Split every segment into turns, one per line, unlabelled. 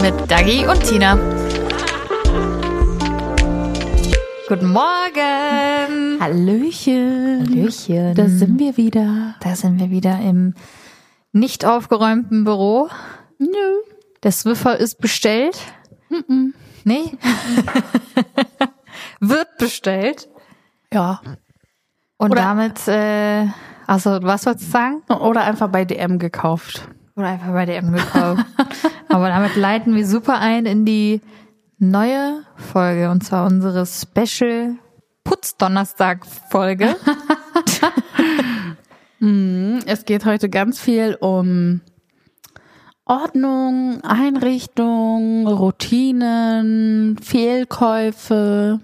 Mit Dagi und Tina.
Guten Morgen.
Hallöchen.
Hallöchen.
Da sind wir wieder.
Da sind wir wieder im nicht aufgeräumten Büro.
Nö.
Der Swiffer ist bestellt. Nee? Wird bestellt.
Ja.
Und
Oder-
damit, äh, also was wolltest du sagen?
Oder einfach bei DM gekauft.
Oder einfach bei DM gekauft. Aber damit leiten wir super ein in die neue Folge und zwar unsere Special Putzdonnerstag-Folge.
Es geht heute ganz viel um Ordnung, Einrichtung, Routinen, Fehlkäufe.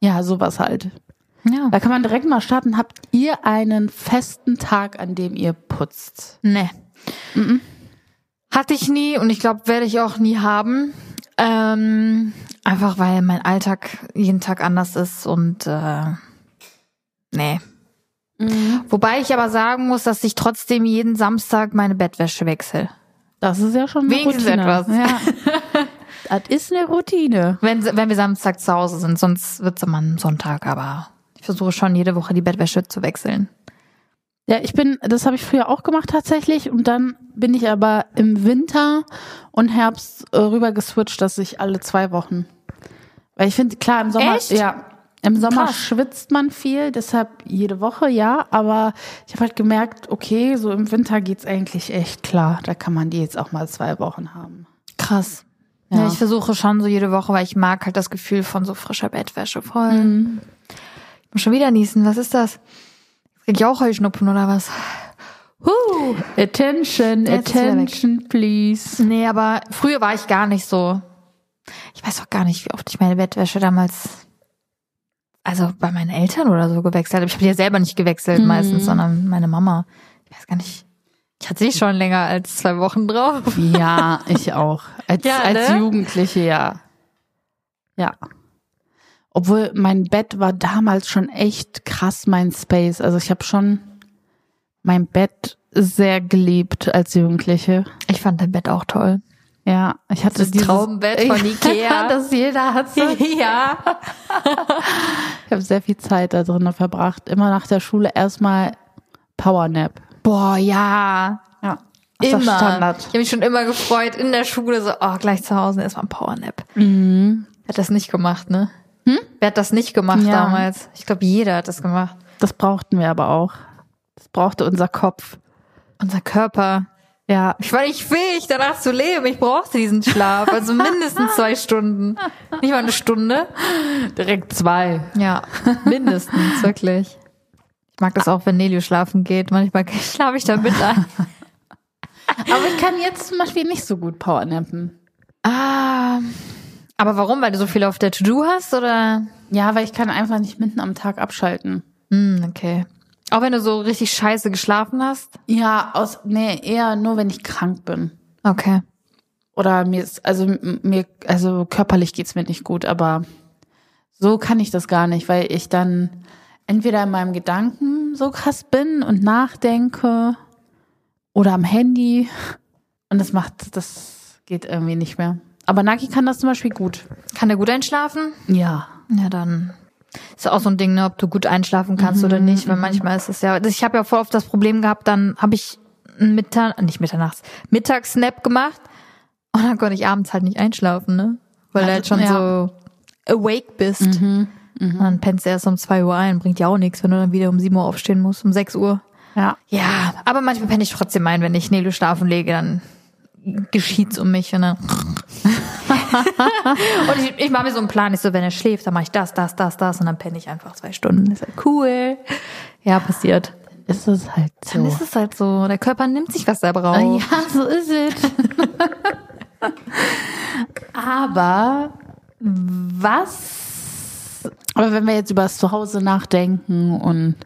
Ja, sowas halt.
Ja.
Da kann man direkt mal starten. Habt ihr einen festen Tag, an dem ihr putzt?
Nee. Hatte ich nie und ich glaube, werde ich auch nie haben. Ähm, einfach weil mein Alltag jeden Tag anders ist und äh, nee. Wobei ich aber sagen muss, dass ich trotzdem jeden Samstag meine Bettwäsche wechsle.
Das ist ja schon eine
Wenigstens
Routine.
etwas.
Ja. Das ist eine Routine.
Wenn, wenn wir Samstag zu Hause sind, sonst wird es immer am Sonntag, aber ich versuche schon jede Woche die Bettwäsche zu wechseln.
Ja, ich bin, das habe ich früher auch gemacht tatsächlich und dann bin ich aber im Winter und Herbst äh, rüber geswitcht, dass ich alle zwei Wochen. Weil ich finde, klar, im Sommer,
Echt?
ja, im Sommer
Krass.
schwitzt man viel, deshalb jede Woche, ja, aber ich habe halt gemerkt, okay, so im Winter geht's eigentlich echt klar, da kann man die jetzt auch mal zwei Wochen haben.
Krass. Ja.
Ja.
ich versuche schon so jede Woche, weil ich mag halt das Gefühl von so frischer Bettwäsche voll. Ich muss schon wieder niesen. Was ist das? Krieg ich auch Heuschnupfen oder was? Huh.
Attention,
Jetzt ist er weg.
attention, please.
Nee, aber früher war ich gar nicht so. Ich weiß auch gar nicht, wie oft ich meine Bettwäsche damals, also bei meinen Eltern oder so gewechselt habe. Ich habe die ja selber nicht gewechselt meistens, sondern meine Mama. Ich weiß gar nicht. Ich hatte die schon länger als zwei Wochen drauf.
Ja, ich auch. Als,
Ja,
als
ne?
Jugendliche, ja. Ja. Obwohl mein Bett war damals schon echt krass mein Space. Also ich habe schon mein Bett sehr geliebt als Jugendliche.
Ich fand dein Bett auch toll.
Ja, ich hatte
Das
dieses
Traumbett von Ikea.
das jeder hat. so.
ja.
Ich habe sehr viel Zeit da drin verbracht. Immer nach der Schule erstmal Powernap.
Boah, ja.
Ja. Das
Immer. Ich
Standard.
habe mich schon immer gefreut in der Schule, so, oh, gleich zu Hause erstmal ein Powernap. Wer hat das nicht gemacht, ne? Hm? Wer hat das nicht gemacht
Mhm. Ja.
damals? Ich glaube, jeder hat das gemacht.
Das brauchten wir aber auch. Das brauchte unser Kopf.
Unser Körper.
Ja,
Ich war nicht fähig, danach zu leben. Ich brauchte diesen Schlaf. Also mindestens zwei Stunden. Nicht mal eine Stunde.
direkt zwei.
Ja, mindestens, wirklich. Ich mag das auch, wenn Nelio schlafen geht. Manchmal schlafe ich da mit ein.
Aber ich kann jetzt zum Beispiel nicht so gut Powernappen.
Ah, aber warum? Weil du so viel auf der To-Do hast, oder?
Ja, weil ich kann einfach nicht mitten am Tag abschalten.
Hm, okay. Auch wenn du so richtig scheiße geschlafen hast?
Ja, aus nee, eher nur wenn ich krank bin.
Okay.
Oder mir ist, also m- mir, also körperlich geht's mir nicht gut, aber so kann ich das gar nicht, weil ich dann entweder in meinem Gedanken so krass bin und nachdenke oder am Handy. Und das macht, das geht irgendwie nicht mehr. Aber Naki kann das zum Beispiel gut.
Kann der gut einschlafen?
Ja.
Ja, dann ist auch so ein Ding, ne, ob du gut einschlafen kannst oder
Mhm,
nicht, weil manchmal ist es ja, also ich habe ja voll oft das Problem gehabt, dann habe ich einen Mittag, nicht mitternachts, Mittagssnap gemacht und dann konnte ich abends halt nicht einschlafen, ne? Weil
Ja,
du
Mhm,
halt schon
ja.
so awake bist. Und dann pennst du erst um 2 Uhr ein, bringt ja auch nichts, wenn du dann wieder um 7 Uhr aufstehen musst, um 6 Uhr.
Ja.
Ja, aber manchmal penne ich trotzdem ein, wenn ich Nelo schlafen lege, dann geschieht's um mich und dann. und ich, ich mache mir so einen Plan, ich so, wenn er schläft, dann mache ich das, das, das, das und dann penne ich einfach zwei Stunden. Ist halt cool. Ja, passiert.
Ist äh, es halt so.
Dann ist es halt so. Der Körper nimmt sich, was er braucht.
Ja, so ist es. Aber was? Aber wenn wir jetzt über das Zuhause nachdenken und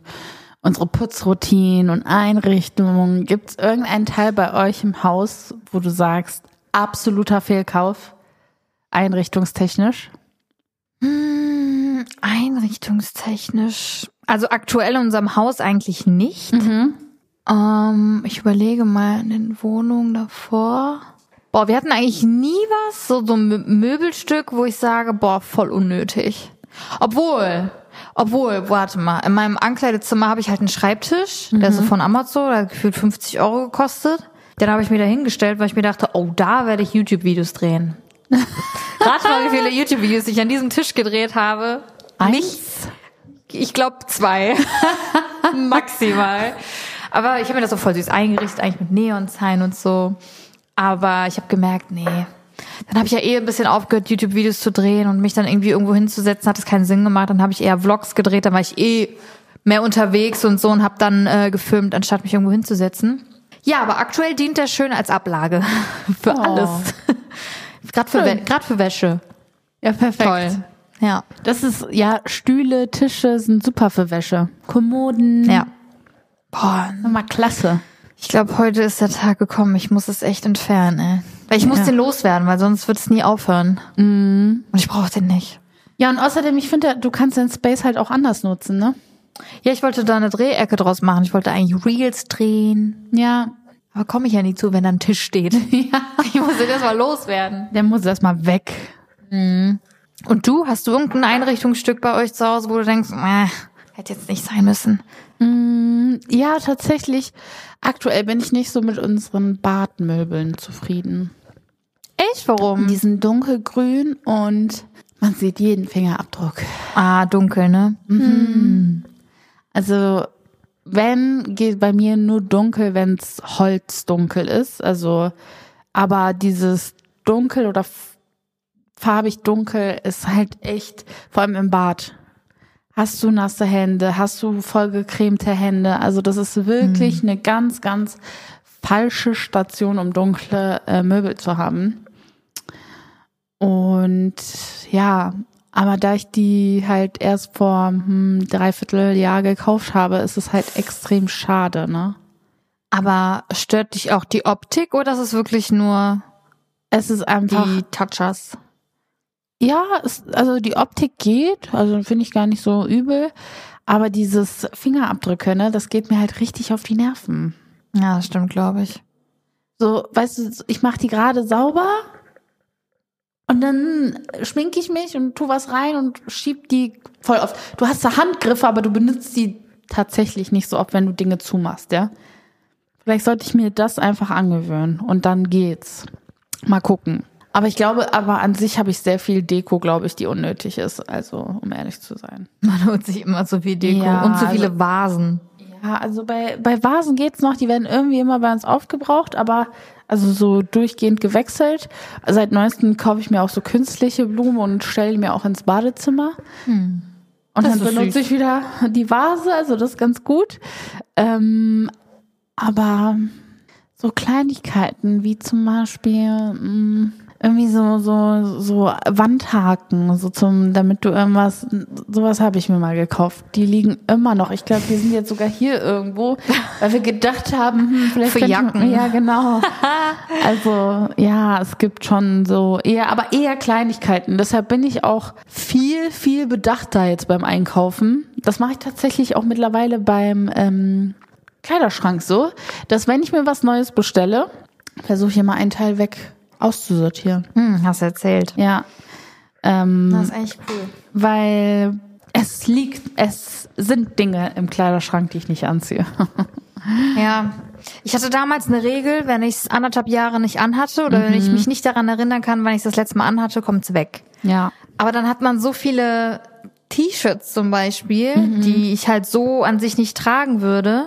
unsere Putzroutinen und Einrichtungen, gibt es irgendeinen Teil bei euch im Haus, wo du sagst, absoluter Fehlkauf, einrichtungstechnisch?
Hm, Einrichtungstechnisch. Also aktuell in unserem Haus eigentlich nicht. Ähm, ich überlege mal in den Wohnungen davor. Boah, wir hatten eigentlich nie was, so, so ein Mö- Möbelstück, wo ich sage, boah, voll unnötig. Obwohl, obwohl, warte mal, in meinem Ankleidezimmer habe ich halt einen Schreibtisch, der ist so von Amazon, der hat gefühlt 50 Euro gekostet. Den habe ich mir da hingestellt, weil ich mir dachte, oh, da werde ich YouTube-Videos drehen. Rat mal, wie viele YouTube-Videos ich an diesem Tisch gedreht habe. Nichts. Ich glaube zwei. Maximal. Aber ich habe mir das so voll süß eingerichtet, eigentlich mit Neonzeilen und so. Aber ich habe gemerkt, nee. Dann habe ich ja eh ein bisschen aufgehört, YouTube-Videos zu drehen und mich dann irgendwie irgendwo hinzusetzen, hat es keinen Sinn gemacht. Dann habe ich eher Vlogs gedreht, dann war ich eh mehr unterwegs und so und habe dann äh, gefilmt, anstatt mich irgendwo hinzusetzen. Ja, aber aktuell dient der schön als Ablage für alles. Gerade für, Wä- grad für Wäsche.
Ja, perfekt.
Toll. Ja.
Das ist, ja, Stühle, Tische sind super für Wäsche. Kommoden.
Ja. Boah,
Nochmal klasse.
ich glaube, heute ist der Tag gekommen. Ich muss es echt entfernen, ey. Weil ich muss den loswerden, weil sonst wird es nie aufhören. Und ich brauche den nicht.
Ja, und außerdem, ich finde, du kannst den Space halt auch anders nutzen, ne?
Ja, ich wollte da eine Drehecke draus machen. Ich wollte eigentlich Reels drehen.
Ja,
Aber komme ich ja nie zu, wenn da ein Tisch steht. ja. Ich muss den erstmal loswerden.
der muss erstmal weg.
Und du, hast du irgendein Einrichtungsstück bei euch zu Hause, wo du denkst, äh, hätte jetzt nicht sein müssen?
Ja, tatsächlich. Aktuell bin ich nicht so mit unseren Badmöbeln zufrieden.
Echt? Warum?
Die sind dunkelgrün und man sieht jeden Fingerabdruck.
Ah, dunkel, ne?
Also wenn geht bei mir nur dunkel, wenn's holzdunkel ist. Also aber dieses dunkel oder f- farbig dunkel ist halt echt vor allem im Bad. Hast du nasse Hände, hast du vollgecremte Hände. Also das ist wirklich eine ganz ganz falsche Station, um dunkle äh, Möbel zu haben. Und ja, aber da ich die halt erst vor hm, dreiviertel Jahr gekauft habe, ist es halt extrem schade, ne?
Aber stört dich auch die Optik oder ist es wirklich nur
Es ist einfach,
die Touchers?
ja, es, also die Optik geht, also finde ich gar nicht so übel, aber dieses Fingerabdrücke, ne, das geht mir halt richtig auf die Nerven.
Ja, das stimmt, glaube ich.
So, weißt du, ich mache die gerade sauber und dann schminke ich mich und tu was rein und schieb die voll oft. Du hast da Handgriffe, aber du benutzt die tatsächlich nicht so oft, wenn du Dinge zumachst, ja? Vielleicht sollte ich mir das einfach angewöhnen und dann geht's. Mal gucken. Aber ich glaube, aber an sich habe ich sehr viel Deko, glaube ich, die unnötig ist. Also, um ehrlich zu sein.
Man holt sich immer so viel Deko
Ja,
und so viele Vasen.
Ja, also bei, bei Vasen geht's noch, die werden irgendwie immer bei uns aufgebraucht, aber also so durchgehend gewechselt. Seit neuestem kaufe ich mir auch so künstliche Blumen und stelle die mir auch ins Badezimmer. Und
Hm. Das
dann
ist
benutze
süß.
ich wieder die Vase, also das ist ganz gut. Ähm, aber so Kleinigkeiten wie zum Beispiel mh, irgendwie so so so Wandhaken so zum damit du irgendwas sowas habe ich mir mal gekauft die liegen immer noch ich glaube die sind jetzt sogar hier irgendwo weil wir gedacht haben hm, vielleicht
Für
könnte-
Jacken.
ja genau also ja es gibt schon so eher aber eher Kleinigkeiten deshalb bin ich auch viel viel bedachter jetzt beim Einkaufen das mache ich tatsächlich auch mittlerweile beim ähm, Kleiderschrank so, dass wenn ich mir was Neues bestelle, versuche ich immer einen Teil weg auszusortieren.
Hm, hast du erzählt.
Ja. Ähm,
ist eigentlich cool.
weil es liegt, es sind Dinge im Kleiderschrank, die ich nicht anziehe.
Ja. Ich hatte damals eine Regel, wenn ich es anderthalb Jahre nicht anhatte oder wenn ich mich nicht daran erinnern kann, wann ich das letzte Mal anhatte, kommt's weg.
Ja.
Aber dann hat man so viele T-Shirts zum Beispiel, die ich halt so an sich nicht tragen würde.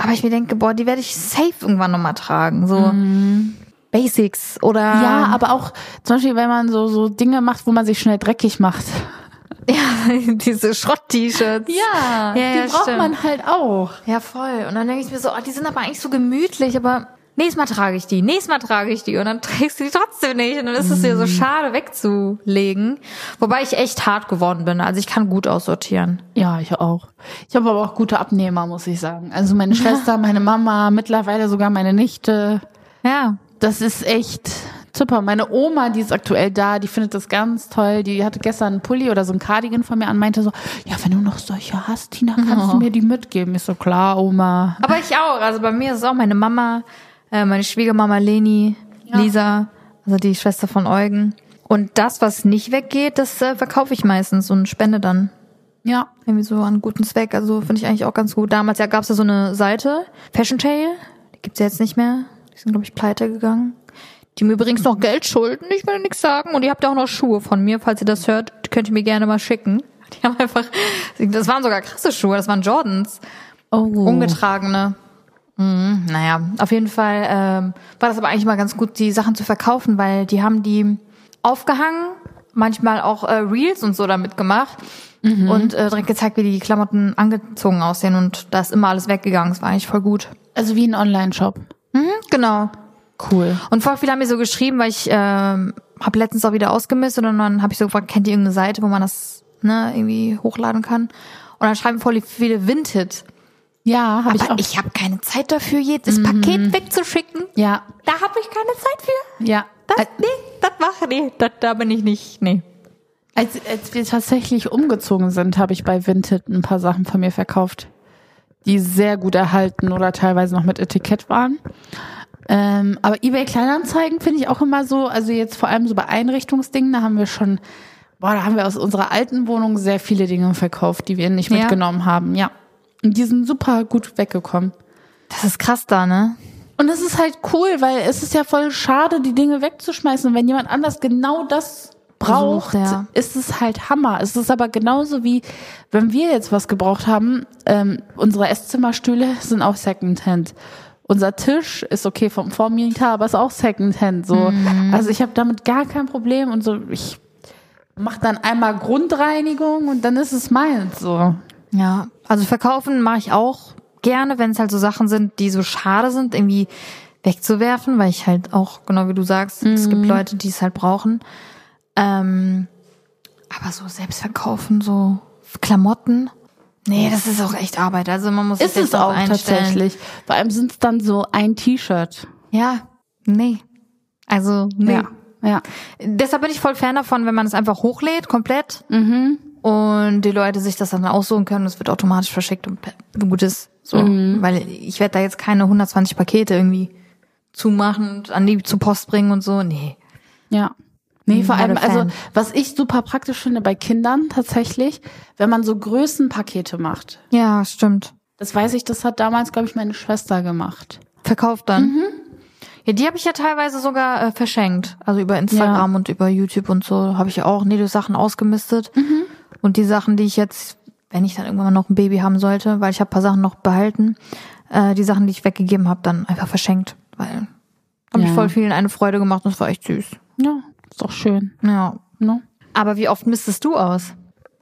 Aber ich mir denke, boah, die werde ich safe irgendwann nochmal tragen. So Mhm. Basics oder.
Ja, aber auch zum Beispiel, wenn man so, so Dinge macht, wo man sich schnell dreckig macht.
ja, diese Schrott-T-Shirts.
Ja,
ja,
die braucht
stimmt.
man halt auch.
Ja, voll. Und dann denke ich mir so, oh, die sind aber eigentlich so gemütlich, aber Nächstes Mal trage ich die, nächstes Mal trage ich die und dann trägst du die trotzdem nicht und dann ist es dir so schade wegzulegen. Wobei ich echt hart geworden bin, also ich kann gut aussortieren.
Ja, ich auch. Ich habe aber auch gute Abnehmer, muss ich sagen. Also meine Schwester, meine Mama, mittlerweile sogar meine Nichte.
Ja,
Das ist echt super. Meine Oma, die ist aktuell da, die findet das ganz toll. Die hatte gestern einen Pulli oder so ein Cardigan von mir an, meinte so, ja, wenn du noch solche hast, Tina, kannst du mir die mitgeben? Ich so, klar, Oma.
aber ich auch. Also bei mir ist es auch meine Mama, äh, meine Schwiegermama Leni, Lisa, also die Schwester von Eugen. Und das, was nicht weggeht, das äh, verkaufe ich meistens und spende dann
Ja.
irgendwie so an guten Zweck. Also finde ich eigentlich auch ganz gut. Damals ja, gab's ja so eine Seite, Fashion Tale, die gibt's ja jetzt nicht mehr. Die sind, glaube ich, pleite gegangen. Die mir übrigens noch Geld schulden, ich will nichts sagen. Und ihr habt ja auch noch Schuhe von mir, falls ihr das hört, könnt ihr mir gerne mal schicken. Die haben einfach, das waren sogar krasse Schuhe, das waren Jordans.
Oh.
Ungetragene. Mhm, naja, auf jeden Fall ähm, war das aber eigentlich mal ganz gut, die Sachen zu verkaufen, weil die haben die aufgehangen, manchmal auch äh, Reels und so damit gemacht und äh, direkt gezeigt, wie die Klamotten angezogen aussehen und da ist immer alles weggegangen. Es war eigentlich voll gut.
Also wie ein Online-Shop.
Mhm, genau.
Cool.
Und voll viele haben mir so geschrieben, weil ich ähm, habe letztens auch wieder ausgemistet und dann habe ich so gefragt, kennt ihr irgendeine Seite, wo man das ne, irgendwie hochladen kann? Und dann schreiben voll viele Vinted.
Ja, habe ich
Aber
auch.
ich, habe keine Zeit dafür, jedes Paket wegzuschicken.
ja,
Da habe ich keine Zeit für.
ja. Äh,
Das, nee, das mache ich nicht. Das, da bin ich nicht. Nee.
Als, als wir tatsächlich umgezogen sind, habe ich bei Vinted ein paar Sachen von mir verkauft, die sehr gut erhalten oder teilweise noch mit Etikett waren. Ähm, aber eBay Kleinanzeigen finde ich auch immer so, also jetzt vor allem so bei Einrichtungsdingen, da haben wir schon, boah, da haben wir aus unserer alten Wohnung sehr viele Dinge verkauft, die wir nicht
Ja.
mitgenommen haben, ja. Und die sind super gut weggekommen.
Das ist krass da, ne?
Und es ist halt cool, weil es ist ja voll schade, die Dinge wegzuschmeißen. Und wenn jemand anders genau das braucht,
Braucht, ja.
ist es halt Hammer. Es ist aber genauso wie, wenn wir jetzt was gebraucht haben, ähm, unsere Esszimmerstühle sind auch Secondhand. Unser Tisch ist okay vom Vormieter, aber ist auch Secondhand. So. Also ich habe damit gar kein Problem und so, ich mache dann einmal Grundreinigung und dann ist es meins. So.
Ja. Also verkaufen mache ich auch gerne, wenn es halt so Sachen sind, die so schade sind, irgendwie wegzuwerfen, weil ich halt auch, genau wie du sagst, es gibt Leute, die es halt brauchen. Ähm, aber so selbst verkaufen, so Klamotten. Nee, das ist auch echt Arbeit. Also man muss
Ist
sich
es
jetzt drauf
auch
einstellen.
tatsächlich. Vor allem sind es dann so ein T-Shirt.
Ja, nee. Also, nee.
Ja. Ja.
Deshalb bin ich voll Fan davon, wenn man es einfach hochlädt, komplett. Mhm. Und die Leute sich das dann aussuchen können. Es wird automatisch verschickt und pe- gut ist. So. Weil ich werde da jetzt keine 120 Pakete irgendwie zumachen und an die zur Post bringen und so. Nee.
Ja. Nee, vor
Mm, Not a
allem, also
fan.
was ich super praktisch finde bei Kindern tatsächlich, wenn man so Größenpakete macht.
Ja, stimmt.
Das weiß ich, das hat damals, glaube ich, meine Schwester gemacht.
Verkauft dann. Ja, die habe ich ja teilweise sogar äh, verschenkt. Also über Instagram und über YouTube und so habe ich ja auch nette Sachen ausgemistet. Und die Sachen, die ich jetzt, wenn ich dann irgendwann mal noch ein Baby haben sollte, weil ich habe paar Sachen noch behalten, äh, die Sachen, die ich weggegeben habe, dann einfach verschenkt. Weil habe ich
Ja.
voll vielen eine Freude gemacht und es war echt süß.
Ja, ist doch schön,
Ja.
ne?
Aber wie oft mistest du aus?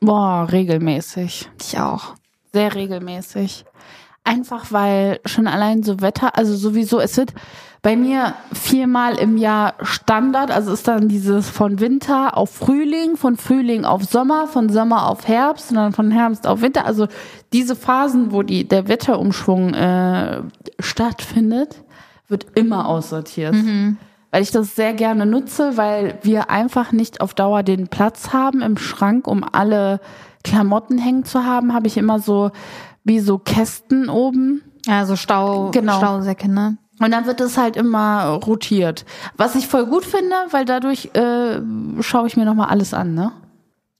Boah, regelmäßig.
Ich auch.
Sehr regelmäßig. Einfach weil schon allein so Wetter, also sowieso, es wird bei mir viermal im Jahr Standard, also ist dann dieses von Winter auf Frühling, von Frühling auf Sommer, von Sommer auf Herbst und dann von Herbst auf Winter. Also diese Phasen, wo die, der Wetterumschwung äh, stattfindet, wird immer aussortiert. Weil ich das sehr gerne nutze, weil wir einfach nicht auf Dauer den Platz haben im Schrank, um alle Klamotten hängen zu haben, habe ich immer so wie so Kästen oben.
Also Stau,
Genau.
Stausäcke, ne?
Und dann wird es halt immer rotiert. Was ich voll gut finde, weil dadurch äh, schaue ich mir nochmal alles an, ne?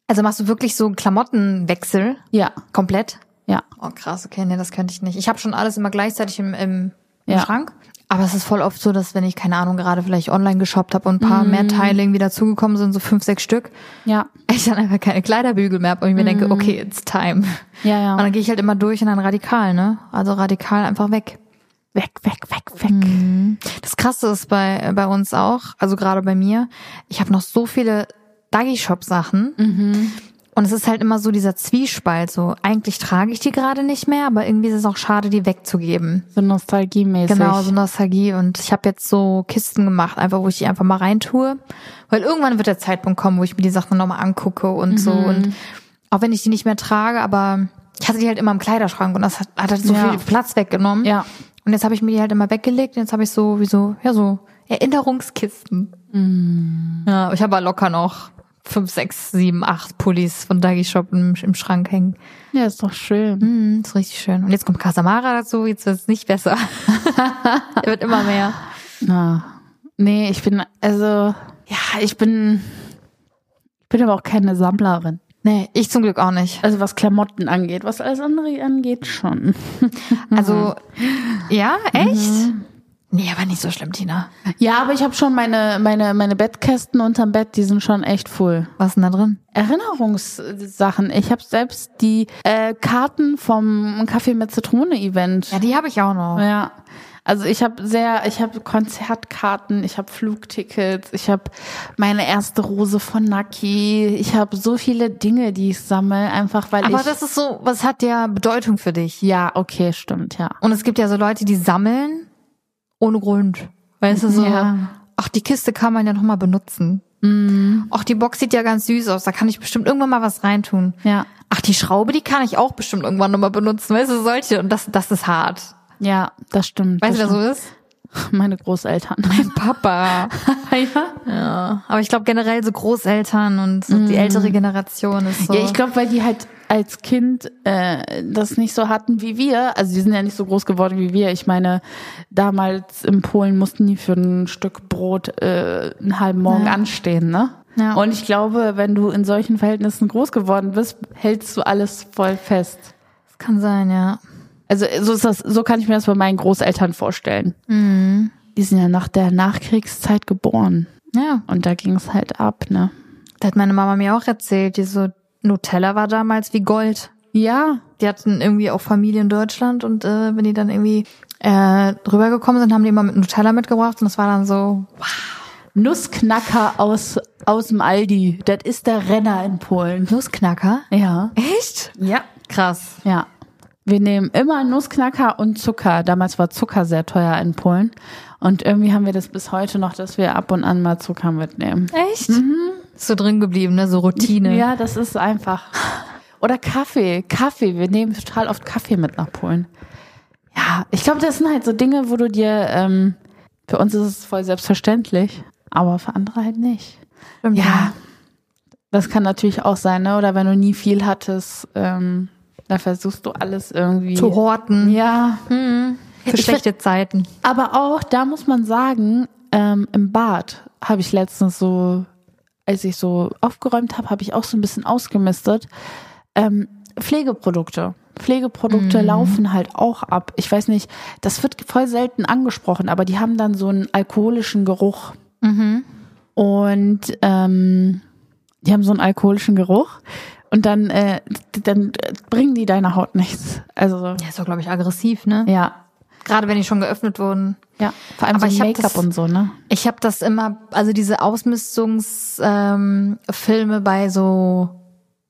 Also machst du wirklich so einen Klamottenwechsel
Ja,
komplett?
ja.
Oh krass, okay, nee, das könnte ich nicht. Ich habe schon alles immer gleichzeitig im, im, im
Ja.
Schrank. Aber es ist voll oft so, dass wenn ich, keine Ahnung, gerade vielleicht online geshoppt habe und ein paar mehr Teile irgendwie dazugekommen sind, so fünf, six Stück,
Ja,
ich dann einfach keine Kleiderbügel mehr habe und ich mir denke, okay, it's time.
ja, ja.
Und dann gehe ich halt immer durch und dann radikal, ne? Also radikal einfach weg.
weg, weg, weg, weg.
Das Krasse ist bei, bei uns auch, also gerade bei mir, ich habe noch so viele Dagi-Shop-Sachen, Und es ist halt immer so dieser Zwiespalt, so eigentlich trage ich die gerade nicht mehr, aber irgendwie ist es auch schade, die wegzugeben.
So nostalgiemäßig.
Genau, so Nostalgie. Und ich habe jetzt so Kisten gemacht, einfach wo ich die einfach mal reintue. Weil irgendwann wird der Zeitpunkt kommen, wo ich mir die Sachen nochmal angucke und so.
Mhm.
Und auch wenn ich die nicht mehr trage, aber ich hatte die halt immer im Kleiderschrank und das hat, hat halt so
Ja.
viel Platz weggenommen.
Ja.
Und jetzt habe ich mir die halt immer weggelegt und jetzt habe ich so, wie so, ja, so Erinnerungskisten.
Mhm.
Ja, aber ich habe aber locker noch fünf, sechs, sieben, acht Pullis von Dagi Shop im, im Schrank hängen.
Ja, ist doch schön.
Mhm, ist richtig schön. Und jetzt kommt Casamara dazu, jetzt wird's nicht besser. Er wird immer mehr.
Na. Nee, ich bin, also, ja, ich bin, ich bin aber auch keine Sammlerin.
Nee, ich zum Glück auch nicht.
Also was Klamotten angeht, was alles andere angeht, schon.
Also, ja, echt? Nee, aber nicht so schlimm, Tina.
Ja, aber ich habe schon meine, meine, meine Bettkästen unterm Bett, die sind schon echt voll.
Was ist denn da drin?
Erinnerungssachen. Ich habe selbst die äh, Karten vom Kaffee mit Zitrone-Event.
Ja, die habe ich auch noch.
Ja. Also ich habe sehr, ich habe Konzertkarten, ich habe Flugtickets, ich habe meine erste Rose von Naki, ich habe so viele Dinge, die ich sammle, einfach weil
Aber
ich
das ist so, was hat ja Bedeutung für dich?
ja okay stimmt ja
Und es gibt ja so Leute, die sammeln ohne Grund. Weißt du, so,
Ja. Mhm.
ach, die Kiste kann man ja nochmal benutzen. Ach, die Box sieht ja ganz süß aus, da kann ich bestimmt irgendwann mal was reintun.
ja
Ach, die Schraube, die kann ich auch bestimmt irgendwann nochmal benutzen. Weißt du, solche. Und das, das ist hart.
ja das stimmt.
Weißt du, wer
das
so ist?
stimmt. meine Großeltern.
Papa.
ja.
ja. Aber ich glaube generell so Großeltern und so die ältere Generation ist so.
Mhm. Ja, ich glaube, weil die halt als Kind äh, das nicht so hatten wie wir. Also die sind ja nicht so groß geworden wie wir. Ich meine, damals in Polen mussten die für ein Stück Brot äh, einen halben Morgen anstehen, ne?
Ja.
Und ich glaube, wenn du in solchen Verhältnissen groß geworden bist, hältst du alles voll fest.
das kann sein, ja.
Also so ist das, so kann ich mir das bei meinen Großeltern vorstellen. Die sind ja nach der Nachkriegszeit geboren.
Ja.
Und da ging es halt ab, ne?
Da hat meine Mama mir auch erzählt, die so Nutella war damals wie Gold.
Ja,
Die hatten irgendwie auch Familie in Deutschland und äh, wenn die dann irgendwie äh, rübergekommen sind, haben die immer mit Nutella mitgebracht und das war dann so,
Nussknacker aus, aus dem Aldi. Das ist der Renner in Polen.
Nussknacker?
Ja.
Echt?
Ja.
Krass.
Ja. Wir nehmen immer Nussknacker und Zucker. Damals war Zucker sehr teuer in Polen. Und irgendwie haben wir das bis heute noch, dass wir ab und an mal Zucker mitnehmen.
Echt? Mhm. Ist so drin geblieben, ne? So Routine.
Ja, das ist einfach. Oder Kaffee. Kaffee. Wir nehmen total oft Kaffee mit nach Polen. Ja, ich glaube, das sind halt so Dinge, wo du dir, ähm, für uns ist es voll selbstverständlich, aber für andere halt nicht.
Stimmt,
Ja, das kann natürlich auch sein, ne? Oder wenn du nie viel hattest, ähm, dann versuchst du alles irgendwie.
Zu horten.
Ja.
Für schlechte Zeiten.
Aber auch da muss man sagen, ähm, im Bad habe ich letztens so, als ich so aufgeräumt habe, habe ich auch so ein bisschen ausgemistet. Ähm, Pflegeprodukte. Pflegeprodukte
Mhm.
laufen halt auch ab. Ich weiß nicht, das wird voll selten angesprochen, aber die haben dann so einen alkoholischen Geruch.
Mhm.
Und ähm, die haben so einen alkoholischen Geruch. Und dann, äh, dann bringen die deiner Haut nichts. Also,
Ja, ist doch, glaube ich, aggressiv, ne?
ja.
Gerade wenn die schon geöffnet wurden.
Ja, vor allem
Aber
so
ich hab
Make-up
das-
und so, ne?
Ich habe das immer, also diese Ausmistungsfilme ähm, Filme bei so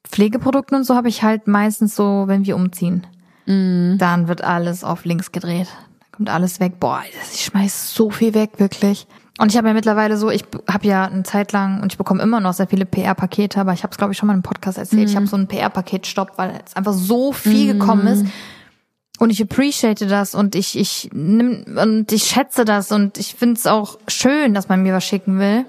Pflegeprodukten und so habe ich halt meistens so, wenn wir umziehen. Dann wird alles auf links gedreht. Da kommt alles weg. Boah, das- ich schmeiß so viel weg, wirklich. Und ich habe ja mittlerweile so, ich habe ja eine Zeit lang und ich bekomme immer noch sehr viele PR-Pakete, aber ich habe es, glaube ich, schon mal im Podcast erzählt. Ich habe so einen PR-Paket-Stopp, weil es einfach so viel gekommen ist. Und ich appreciate das und ich, ich nimm und ich schätze das und ich finde es auch schön, dass man mir was schicken will.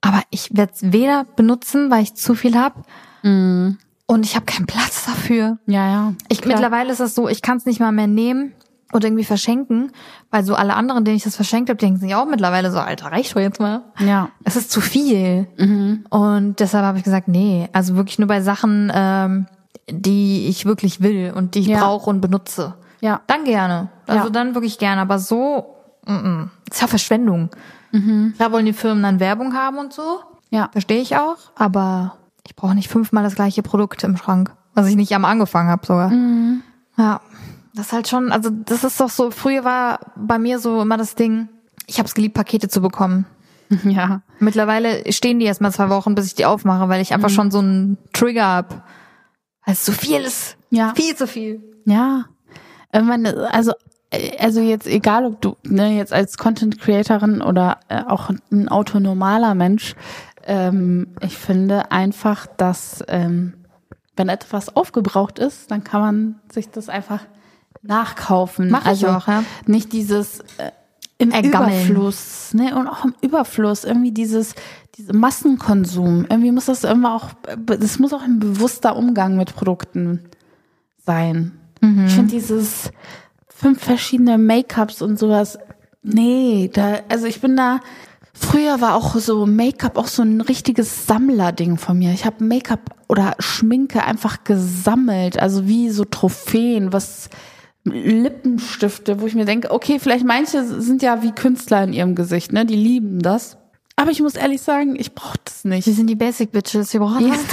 Aber ich werde es weder benutzen, weil ich zu viel habe und ich habe keinen Platz dafür.
Ja, ja.
Ich, mittlerweile ist das so, ich kann es nicht mal mehr nehmen oder irgendwie verschenken, weil so alle anderen, denen ich das verschenkt habe, denken sich auch mittlerweile so, Alter, reicht doch jetzt mal.
Ja.
Es ist zu viel.
Mhm.
Und deshalb habe ich gesagt, nee, also wirklich nur bei Sachen, ähm, die ich wirklich will und die ich
Ja.
brauche und benutze.
Ja.
Dann gerne. Also
Ja.
dann wirklich gerne. Aber so, mm -mm. ist ja Verschwendung.
Mhm.
Klar wollen die Firmen dann Werbung haben und so.
Ja.
Verstehe ich auch. Aber ich brauche nicht fünfmal das gleiche Produkt im Schrank, was ich nicht am angefangen habe sogar.
Mhm.
Ja. Das ist halt schon, also das ist doch so, früher war bei mir so immer das Ding, ich habe es geliebt, Pakete zu bekommen.
Ja.
Mittlerweile stehen die erst mal zwei Wochen, bis ich die aufmache, weil ich einfach schon so einen Trigger hab. Weil es zu viel ist.
Ja.
Viel zu viel.
Ja. Äh, Man, also, äh, also jetzt egal, ob du ne, jetzt als Content Creatorin oder äh, auch ein autonomaler Mensch, ähm, ich finde einfach, dass ähm, wenn etwas aufgebraucht ist, dann kann man sich das einfach nachkaufen. Also
Mach ich auch, ja.
Nicht dieses äh, im
Ergammeln.
Überfluss, ne? Und auch im Überfluss, irgendwie dieses, diese Massenkonsum. Irgendwie muss das immer auch, das muss auch ein bewusster Umgang mit Produkten sein. Ich finde dieses fünf verschiedene Make-ups und sowas. Nee, da, also ich bin da. Früher war auch so Make-up auch so ein richtiges Sammlerding von mir. Ich habe Make-up oder Schminke einfach gesammelt, also wie so Trophäen, was Lippenstifte, wo ich mir denke, okay, vielleicht manche sind ja wie Künstler in ihrem Gesicht, ne? Die lieben das. Aber ich muss ehrlich sagen, ich brauche das
Wir
nicht.
sind die Basic Bitches. Wir brauchen das nicht.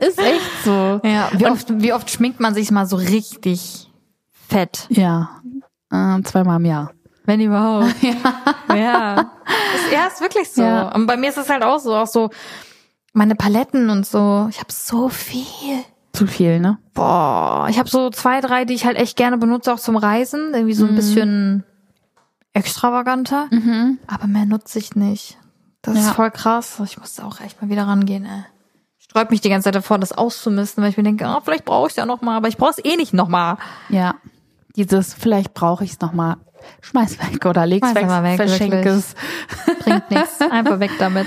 Ist echt so.
Ja. Wie oft, wie oft schminkt man sich mal so richtig fett?
Ja. Äh, zweimal im Jahr.
Wenn überhaupt. Ja. Ja. Ist, ja, ist wirklich so.
Ja.
Und bei mir ist es halt auch so, auch so meine Paletten und so. Ich habe so viel.
Zu viel, ne?
Boah, ich habe so zwei, drei, die ich halt echt gerne benutze, auch zum Reisen. Irgendwie so ein bisschen extravaganter. Aber mehr nutze ich nicht. Das ist
Ja.
voll krass. Ich muss da auch echt mal wieder rangehen, ey. Ich sträub mich die ganze Zeit davor, das auszumisten, weil ich mir denke, ah, vielleicht brauche ich ja noch mal, aber ich brauche es eh nicht noch mal.
Ja. Dieses, vielleicht brauche ich es nochmal. Schmeiß weg oder leg's
Schmeiß
weg,
aber weg,
verschenk
wirklich.
es.
Bringt nichts. Einfach weg damit.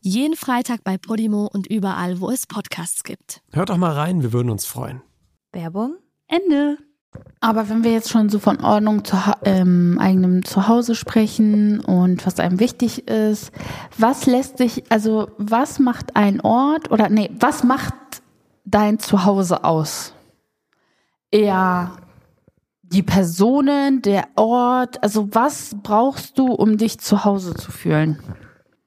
Jeden Freitag bei Podimo und überall, wo es Podcasts gibt.
Hört doch mal rein, wir würden uns freuen.
Werbung.
Ende.
Aber wenn wir jetzt schon so von Ordnung zu ha- ähm, eigenem Zuhause sprechen und was einem wichtig ist, was lässt sich, also was macht ein Ort oder nee, was macht dein Zuhause aus? Eher die Personen, der Ort, also was brauchst du, um dich zu Hause zu fühlen?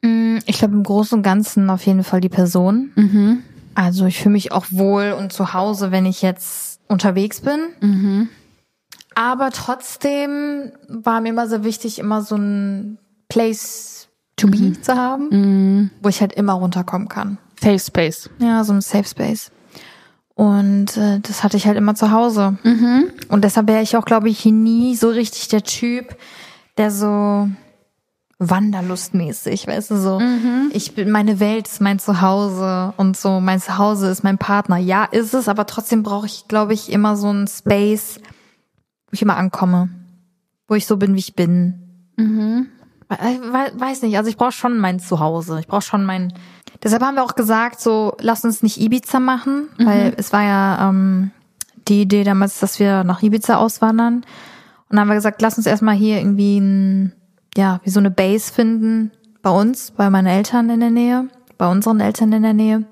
Mm, Ich glaube im Großen und Ganzen auf jeden Fall die Person.
Mhm.
Also ich fühle mich auch wohl und zu Hause, wenn ich jetzt unterwegs bin. Aber trotzdem war mir immer sehr wichtig, immer so ein Place to be zu haben, wo ich halt immer runterkommen kann.
Safe Space.
Ja, so ein Safe Space. Und äh, das hatte ich halt immer zu Hause. Und deshalb wäre ich auch, glaube ich, nie so richtig der Typ, der so wanderlustmäßig, weißt du, so, ich bin, meine Welt ist mein Zuhause und so, mein Zuhause ist mein Partner. Ja, ist es, aber trotzdem brauche ich, glaube ich, immer so einen Space, wo ich immer ankomme, wo ich so bin, wie ich bin. We- Äh, we- Weiß nicht, also ich brauche schon mein Zuhause. Ich brauche schon mein. Deshalb haben wir auch gesagt, so lass uns nicht Ibiza machen, weil es war ja ähm, die Idee damals, dass wir nach Ibiza auswandern. Und dann haben wir gesagt, lass uns erstmal hier irgendwie ein, ja, wie so eine Base finden bei uns, bei meinen Eltern in der Nähe, bei unseren Eltern in der Nähe,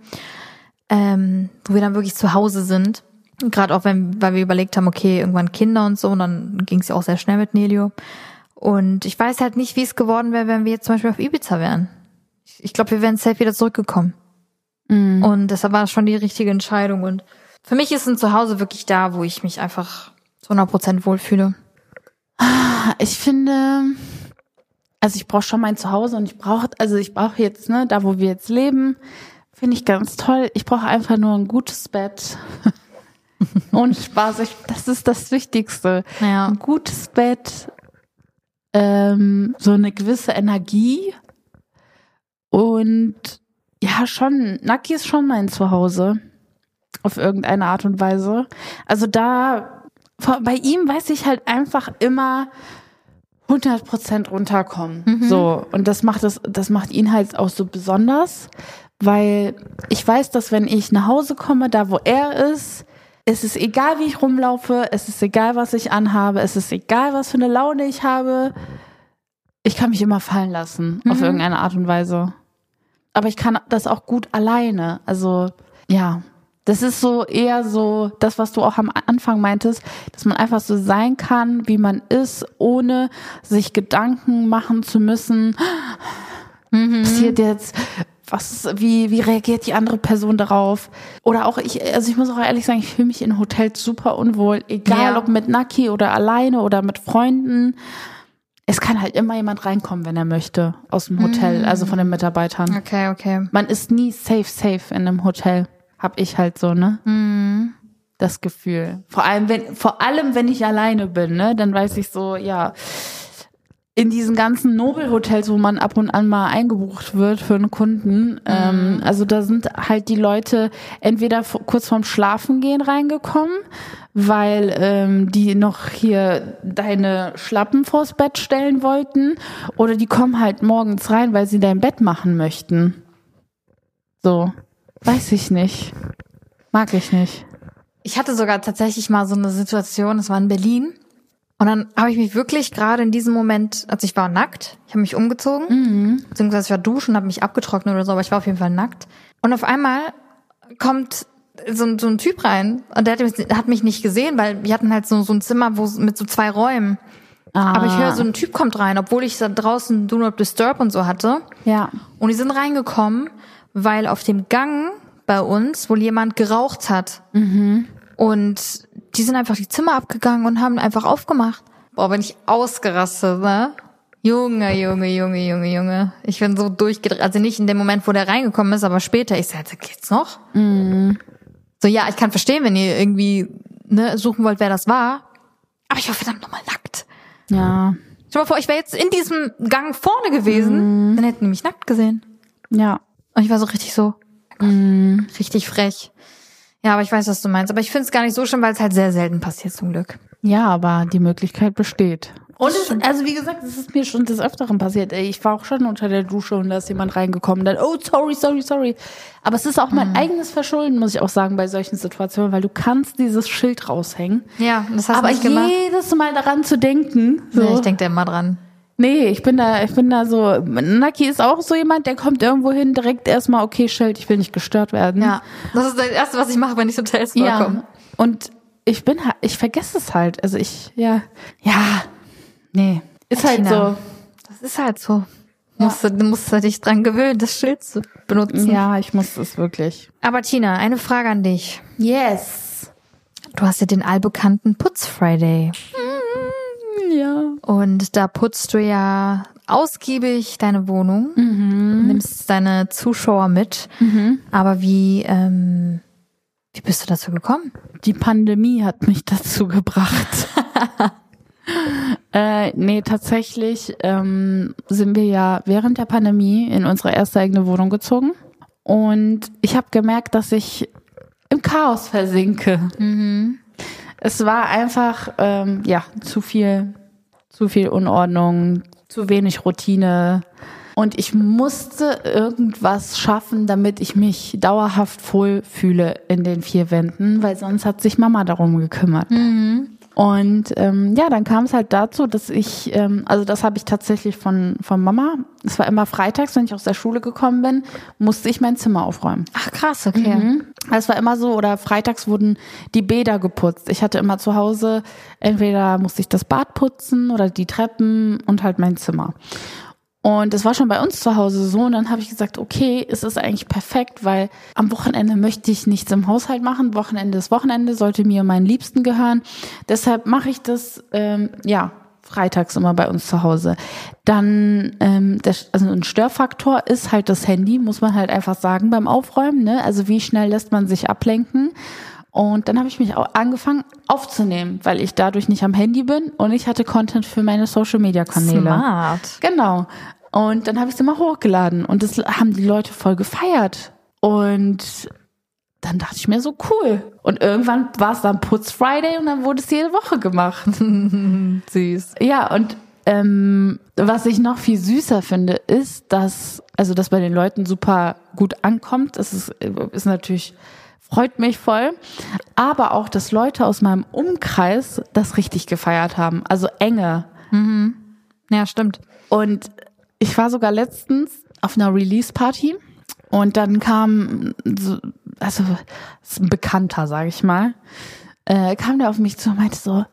ähm, wo wir dann wirklich zu Hause sind. Gerade auch wenn, weil wir überlegt haben, okay, irgendwann Kinder und so, und dann ging es ja auch sehr schnell mit Nelio. Und ich weiß halt nicht, wie es geworden wäre, wenn wir jetzt zum Beispiel auf Ibiza wären. Ich- Ich glaube, wir wären safe wieder zurückgekommen. Und deshalb war es schon die richtige Entscheidung. Und für mich ist ein Zuhause wirklich da, wo ich mich einfach zu 100% wohlfühle.
Ich finde, also ich brauche schon mein Zuhause und ich brauche, also ich brauche jetzt, ne, da wo wir jetzt leben, finde ich ganz toll. Ich brauche einfach nur ein gutes Bett und Spaß. Ich, das ist das Wichtigste.
Ja.
Ein gutes Bett, ähm, so eine gewisse Energie und ja, schon, Naki ist schon mein Zuhause. Auf irgendeine Art und Weise. Also da, vor- bei ihm weiß ich halt einfach immer 100% runterkommen. So. Und das macht das, das macht ihn halt auch so besonders, weil ich weiß, dass wenn ich nach Hause komme, da wo er ist, es ist egal, wie ich rumlaufe, es ist egal, was ich anhabe, es ist egal, was für eine Laune ich habe. Ich kann mich immer fallen lassen, auf
Mhm.
irgendeine Art und Weise. Aber ich kann das auch gut alleine. Also, ja. Das ist so eher so das, was du auch am Anfang meintest, dass man einfach so sein kann, wie man ist, ohne sich Gedanken machen zu müssen. Passiert jetzt, was, wie, wie reagiert die andere Person darauf? Oder auch ich, also ich muss auch ehrlich sagen, ich fühle mich in Hotels super unwohl, egal
Ja.
ob mit Naki oder alleine oder mit Freunden. Es kann halt immer jemand reinkommen, wenn er möchte, aus dem Hotel, also von den Mitarbeitern.
Okay, okay.
Man ist nie safe, safe in einem Hotel. Hab ich halt so, ne? Das Gefühl. Vor allem, wenn, vor allem, wenn ich alleine bin, ne? Dann weiß ich so, ja. In diesen ganzen Nobelhotels, wo man ab und an mal eingebucht wird für einen Kunden, ähm, also da sind halt die Leute entweder vor- kurz vorm Schlafengehen reingekommen, weil ähm, die noch hier deine Schlappen vors Bett stellen wollten, oder die kommen halt morgens rein, weil sie dein Bett machen möchten. So. Weiß ich nicht. Mag ich nicht.
Ich hatte sogar tatsächlich mal so eine Situation, es war in Berlin. Und dann habe ich mich wirklich gerade in diesem Moment, also ich war nackt, ich habe mich umgezogen, beziehungsweise ich war duschen, habe mich abgetrocknet oder so, aber ich war auf jeden Fall nackt. Und auf einmal kommt so, ein- so ein Typ rein und der hat mich, hat mich nicht gesehen, weil wir hatten halt so, so ein Zimmer wo, mit so zwei Räumen. Aber
Ah.
ich höre, so ein Typ kommt rein, obwohl ich da draußen Do Not Disturb und so hatte.
Ah, Ja.
Und die sind reingekommen, weil auf dem Gang bei uns wohl jemand geraucht hat. Und die sind einfach die Zimmer abgegangen und haben einfach aufgemacht. Boah, bin ich ausgerastet, ne? Junge, Junge, Junge, Junge, Junge. Ich bin so durchgedreht. Also nicht in dem Moment, wo der reingekommen ist, aber später. Ich sagte, geht's noch? So, ja, ich kann verstehen, wenn ihr irgendwie ne, suchen wollt, wer das war. Aber ich war verdammt nochmal nackt.
Ja.
Stell dir mal vor, ich wäre jetzt in diesem Gang vorne gewesen, dann hätten die mich nackt gesehen.
Ja.
Und ich war so richtig so, oh Gott, richtig frech. Ja, aber ich weiß, was du meinst. Aber ich finde es gar nicht so schlimm, weil es halt sehr selten passiert, zum Glück.
Ja, aber die Möglichkeit besteht. Und es, also wie gesagt, es ist mir schon des Öfteren passiert. Ey, Ich war auch schon unter der Dusche und da ist jemand reingekommen. Dann, oh, sorry, sorry, sorry. Aber es ist auch mein eigenes Verschulden, muss ich auch sagen, bei solchen Situationen, weil du kannst dieses Schild raushängen.
Ja, das hast
aber
du nicht gemacht.
jedes Mal daran zu denken. So.
Ja, ich denke da immer dran.
Nee, ich bin da, ich bin da so. Naki ist auch so jemand, der kommt irgendwo hin, direkt erstmal, okay, Schild, ich will nicht gestört werden.
Ja, das ist das Erste, was ich mache, wenn ich zum Hotels
Ja.
vorkomme.
Und ich bin halt, ich vergesse es halt. Also ich, ja. Ja. Nee. Ist halt so.
Martina. Das ist halt so. Musst, du, du musst du dich dran gewöhnen, das Schild zu benutzen.
Ja, ich muss es wirklich.
Aber Tina, eine Frage an dich.
Yes.
Du hast ja den allbekannten Putz Friday.
Ja.
Und da putzt du ja ausgiebig deine Wohnung, nimmst deine Zuschauer mit. Aber wie, ähm, wie bist du dazu gekommen?
Die Pandemie hat mich dazu gebracht. äh, nee, tatsächlich ähm, sind wir ja während der Pandemie in unsere erste eigene Wohnung gezogen. Und ich habe gemerkt, dass ich im Chaos versinke. Es war einfach, ähm, ja, zu viel, zu viel Unordnung, zu wenig Routine. Und ich musste irgendwas schaffen, damit ich mich dauerhaft wohl fühle in den vier Wänden, weil sonst hat sich Mama darum gekümmert. Und ähm, ja, dann kam es halt dazu, dass ich, ähm, also das habe ich tatsächlich von, von Mama. Es war immer freitags, wenn ich aus der Schule gekommen bin, musste ich mein Zimmer aufräumen.
Ach krass, okay.
Es war immer so, oder freitags wurden die Bäder geputzt. Ich hatte immer zu Hause, entweder musste ich das Bad putzen oder die Treppen und halt mein Zimmer. Und das war schon bei uns zu Hause so. Und dann habe ich gesagt, okay, es ist eigentlich perfekt, weil am Wochenende möchte ich nichts im Haushalt machen. Wochenende ist Wochenende, sollte mir meinen Liebsten gehören. Deshalb mache ich das, ähm, ja, freitags immer bei uns zu Hause. Dann, ähm, der, also ein Störfaktor ist halt das Handy, muss man halt einfach sagen beim Aufräumen. Ne? Also wie schnell lässt man sich ablenken? Und dann habe ich mich auch angefangen aufzunehmen, weil ich dadurch nicht am Handy bin und ich hatte Content für meine Social-Media-Kanäle.
Smart.
Genau. Und dann habe ich sie mal hochgeladen und das haben die Leute voll gefeiert. Und dann dachte ich mir so cool. Und irgendwann war es dann Putz Friday und dann wurde es jede Woche gemacht.
Süß.
Ja, und ähm, was ich noch viel süßer finde, ist, dass, also das bei den Leuten super gut ankommt. Das ist, ist natürlich, freut mich voll. Aber auch, dass Leute aus meinem Umkreis das richtig gefeiert haben. Also enge.
Ja, stimmt.
Und ich war sogar letztens auf einer Release-Party und dann kam so, also ist ein Bekannter, sage ich mal, äh, kam der auf mich zu und meinte so,